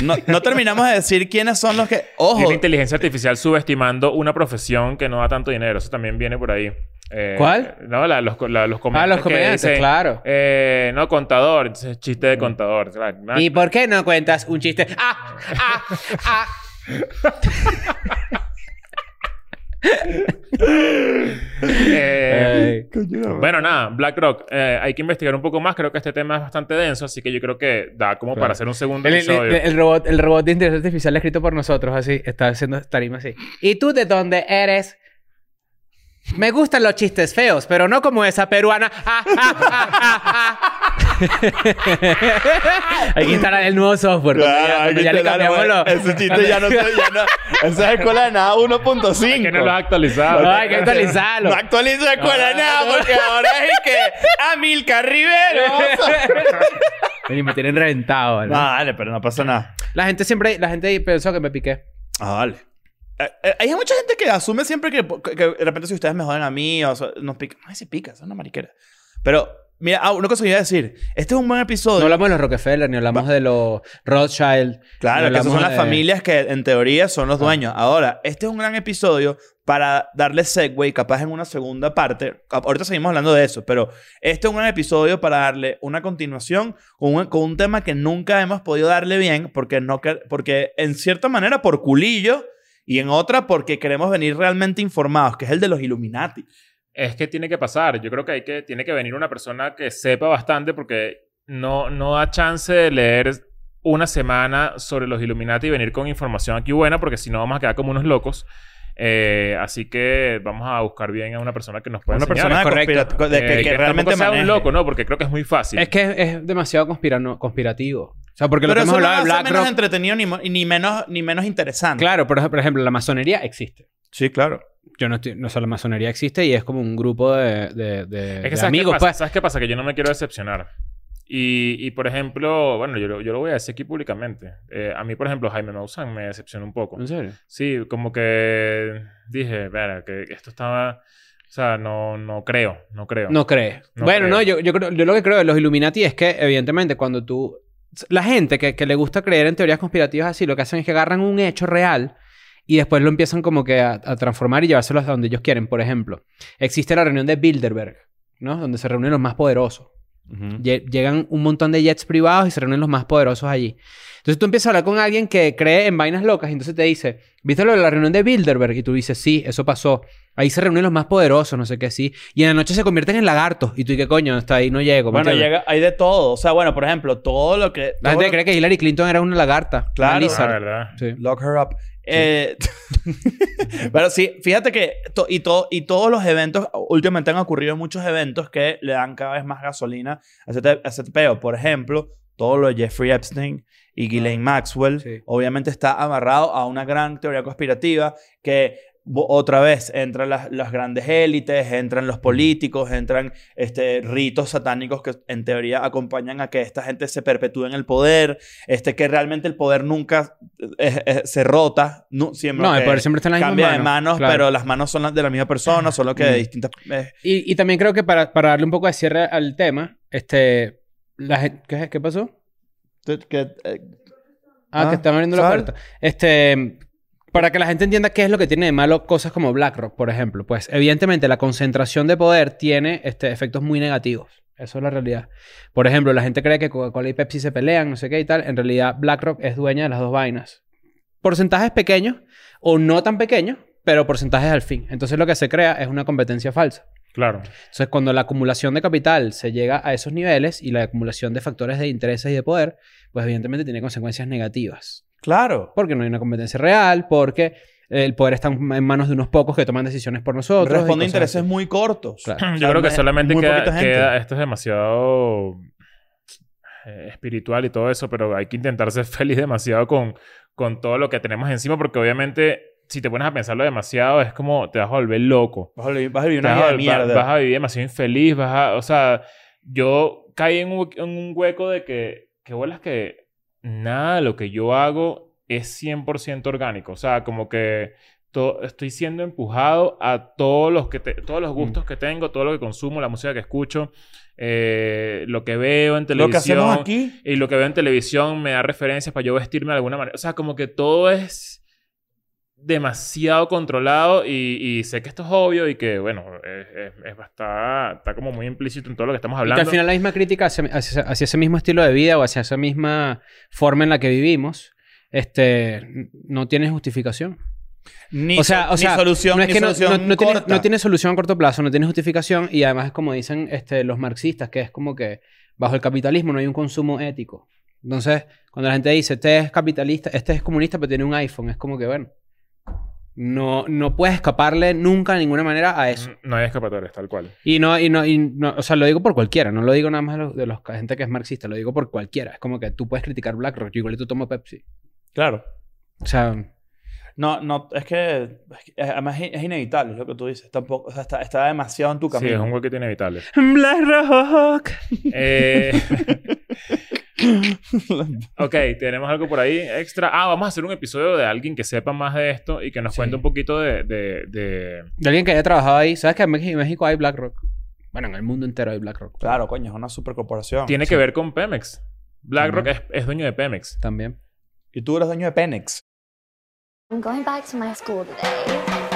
No, no terminamos de decir quiénes son los que...
y
Ojo.
la inteligencia artificial subestimando una profesión que no da tanto dinero. Eso también viene por ahí. Eh,
¿Cuál?
No, la- los, co- la- los
Ah,
comediantes.
los
que
comediantes,
dicen,
claro. Mm.
eh, no, contador. Entonces, chiste de contador. claro. Nah,
¿Y por qué no cuentas un chiste? ¡Ah! ¡Ah! ¡Ah!
eh,
Ay.
Bueno, nada, BlackRock, eh, hay que investigar un poco más. Creo que este tema es bastante denso, así que yo creo que da como para
Claro.
hacer un segundo
El, el-
episodio.
el robot, el robot de inteligencia artificial escrito por nosotros, así, está haciendo tarima así. ¿Y tú de dónde eres? Me gustan los chistes feos, pero no como esa peruana. Ah, ah, ah, ah, ah. hay que instalar el nuevo software. cuando ya-
Claro, hay
cuando
que
ya le
instalar,
cambiamos
güey.
los-
Ese chiste
<laughs>
ya no se... Ya no, esa es escuela de nada 1.5.
que no lo has actualizado.
No, hay que actualizarlo.
No actualizo la escuela de nada porque ahora es el que... ¡Amilcar Rivero!
<laughs> Vení, me tienen reventado. ¿no?
No, dale, pero no pasa nada.
La gente siempre, la gente pensó que me piqué.
Ah, vale. Eh, eh, Hay mucha gente que asume siempre que, que- que de repente si ustedes me joden a mí o sea, nos pican. Ay, se pica, es una mariquera. Pero, mira, ah, una cosa que iba a decir. Este es un buen
No
episodio.
hablamos de los Rockefeller, ni hablamos de los Rothschild.
Claro,
ni
que esas
hablamos
son las
de- Ah.
familias que en teoría son los dueños. Ahora, este es un gran episodio para darle segue, capaz en una segunda parte. A- Ahorita seguimos hablando de eso, pero este es un gran episodio para darle una continuación con un, con un tema que nunca hemos podido darle bien, porque, no, que- porque en cierta manera por culillo y en otra porque queremos venir realmente informados, que es el de los Illuminati.
Es que tiene que pasar. Yo creo que, hay que tiene que venir una persona que sepa bastante porque no, no da chance de leer una semana sobre los Illuminati y venir con información aquí buena porque si no vamos a quedar como unos locos. Eh, así que vamos a buscar bien a una persona que nos pueda
Una
enseñar.
persona de
correcto.
conspira- co- de
Eh,
que, que
tampoco
realmente
sea
maneje.
un loco, ¿no? Porque creo que es muy fácil.
Es que es, es demasiado conspirano- conspirativo. O sea, porque
Pero
lo que
eso
hemos
no
hablado
hace
de
menos
BlackRock.
entretenido ni, mo- ni menos, ni menos interesante.
Claro, por, ej- por ejemplo, la masonería existe.
Sí, claro.
Yo no estoy. No, o sea, la masonería existe y es como un grupo de, de, de-
Es que
de
¿sabes
amigos,
qué pasa?
pues.
¿Sabes qué pasa? Que yo no me quiero decepcionar. Y, y, por ejemplo, bueno, yo, lo- yo lo voy a decir aquí públicamente. Eh, a mí, por ejemplo, Jaime Maussan me decepcionó un poco.
¿En serio?
Sí, como que dije, verá, que esto estaba... O sea, no, no creo, no creo. Ah,
No crees.
No
bueno,
creo.
no, yo, yo, creo- yo lo que creo de los Illuminati es que, evidentemente, cuando tú. La gente que, que le gusta creer en teorías conspirativas así, lo que hacen es que agarran un hecho real y después lo empiezan como que a, a transformar y llevárselo hasta donde ellos quieren. Por ejemplo, existe la reunión de Bilderberg, ¿no? Donde se reúnen los más poderosos. Lle- Llegan un montón de jets privados y se reúnen los más poderosos allí. Entonces tú empiezas a hablar con alguien que cree en vainas locas y entonces te dice, ¿viste lo de la reunión de Bilderberg? Y tú dices, sí, eso pasó. Ahí se reúnen los más poderosos, no sé qué, sí. Y en la noche se convierten en lagartos. Y tú, ¿y qué coño? Hasta ahí no llego. ¿me
Bueno,
entiendes?
llega, hay de todo. O sea, bueno, por ejemplo, todo lo que.
La
todo
gente
lo-
cree que Hillary Clinton era una lagarta.
Claro.
Una
Ah,
lizard.
¿verdad?
Sí.
Lock her up. Eh, <laughs> pero sí, fíjate que. to- y, to- y todos los eventos. Últimamente han ocurrido muchos eventos que le dan cada vez más gasolina a ese, te- a ese peo. Por ejemplo, todo lo de Jeffrey Epstein y Ghislaine Maxwell.
Ah, Sí.
Obviamente está amarrado a una gran teoría conspirativa que. bo- Otra vez entran las, las grandes élites, entran los políticos, entran este, ritos satánicos que en teoría acompañan a que esta gente se perpetúe en el poder, este, que realmente el poder nunca eh, eh, se rota, nu- siempre
No,
que
el poder siempre está en las mismas
cambia
manos.
de manos,
Claro.
pero las manos son las de la misma persona, solo que de
Mm.
distintas... eh,
Y, y también creo que para, para darle un poco de cierre al tema, este... La, gen- ¿qué, ¿Qué pasó?
que- que, eh,
Ah,
Ah,
que están abriendo la
¿sabes?
puerta. Este, para que la gente entienda qué es lo que tiene de malo cosas como BlackRock, por ejemplo. Pues evidentemente la concentración de poder tiene este, efectos muy negativos. Eso es la realidad. Por ejemplo, la gente cree que Coca-Cola y Pepsi se pelean, no sé qué y tal. En realidad, BlackRock es dueña de las dos vainas. Porcentajes pequeños o no tan pequeños, pero porcentajes al fin. Entonces lo que se crea es una competencia falsa.
Claro.
Entonces, cuando la acumulación de capital se llega a esos niveles y la acumulación de factores de intereses y de poder, pues evidentemente tiene consecuencias negativas
claro.
porque no hay una competencia real, porque el poder está en manos de unos pocos que toman decisiones por nosotros.
Responde
y
a
cosas
intereses
así.
muy cortos.
Claro.
Yo creo que
no-
solamente
Ah, muy
queda,
poquita gente.
queda- Esto es demasiado eh, espiritual y todo eso, pero hay que intentar ser <laughs> feliz demasiado con, con todo lo que tenemos encima, porque obviamente si te pones a pensarlo demasiado es como te vas a volver loco.
Vas a vivir- vas a vivir
Te
una
vas,
vida
a-
de
va-
mierda.
vas a vivir demasiado infeliz, vas a... O sea, yo caí en un, en un hueco de que... Que bolas que nada de lo que yo hago es 100% orgánico. O sea, como que to- estoy siendo empujado a todos los, que te- todos
Mm.
los gustos que tengo, todo lo que consumo, la música que escucho, eh, lo que veo en
Lo que
televisión.
hacemos aquí...
Y lo que veo en televisión me da referencias para yo vestirme de alguna manera. O sea, como que todo es demasiado controlado y, y sé que esto es obvio y que, bueno, es, es- es- está, está como muy implícito en todo lo que estamos
Y que
hablando.
al final la misma crítica hacia, hacia- hacia ese mismo estilo de vida o hacia esa misma forma en la que vivimos, este, n- no tiene justificación.
Ni,
o sea,
so-
o sea,
ni solución,
no es
ni
que no-
solución
no, no tiene,
corta.
no tiene solución a corto plazo, no tiene justificación y además es como dicen este, los marxistas, que es como que bajo el capitalismo no hay un consumo ético. Entonces, cuando la gente dice, este es capitalista, este es comunista, pero tiene un iPhone, es como que, bueno, no, no puedes escaparle nunca de ninguna manera a eso.
Mm, No hay escapatorias, tal cual.
Y no, y no, y no, o sea, lo digo por cualquiera, no lo digo nada más de los, de los ca- gente que es marxista, lo digo por cualquiera. Es como que tú puedes criticar BlackRock, yo igual tú tomo Pepsi.
Claro.
O sea,
No, no, es que, es que- eh, además es es inevitable es lo que tú dices. Tampoco, o sea, está, está demasiado en tu
Sí, es
camino.
un huequito inevitable.
BlackRock.
Eh, <laughs> ok, tenemos algo por ahí extra. Ah, vamos a hacer un episodio de alguien que sepa más de esto y que nos
Sí.
cuente un poquito de, de- de-
De alguien que haya trabajado ahí, ¿sabes que en Mex- en México hay BlackRock? Bueno, en el mundo entero hay BlackRock.
<laughs> claro, coño, es una supercorporación.
Tiene que ver con Pemex. BlackRock
Ajá.
es, es dueño de Pemex.
También.
Y tú eres dueño de Penex.
I'm going back to my school today.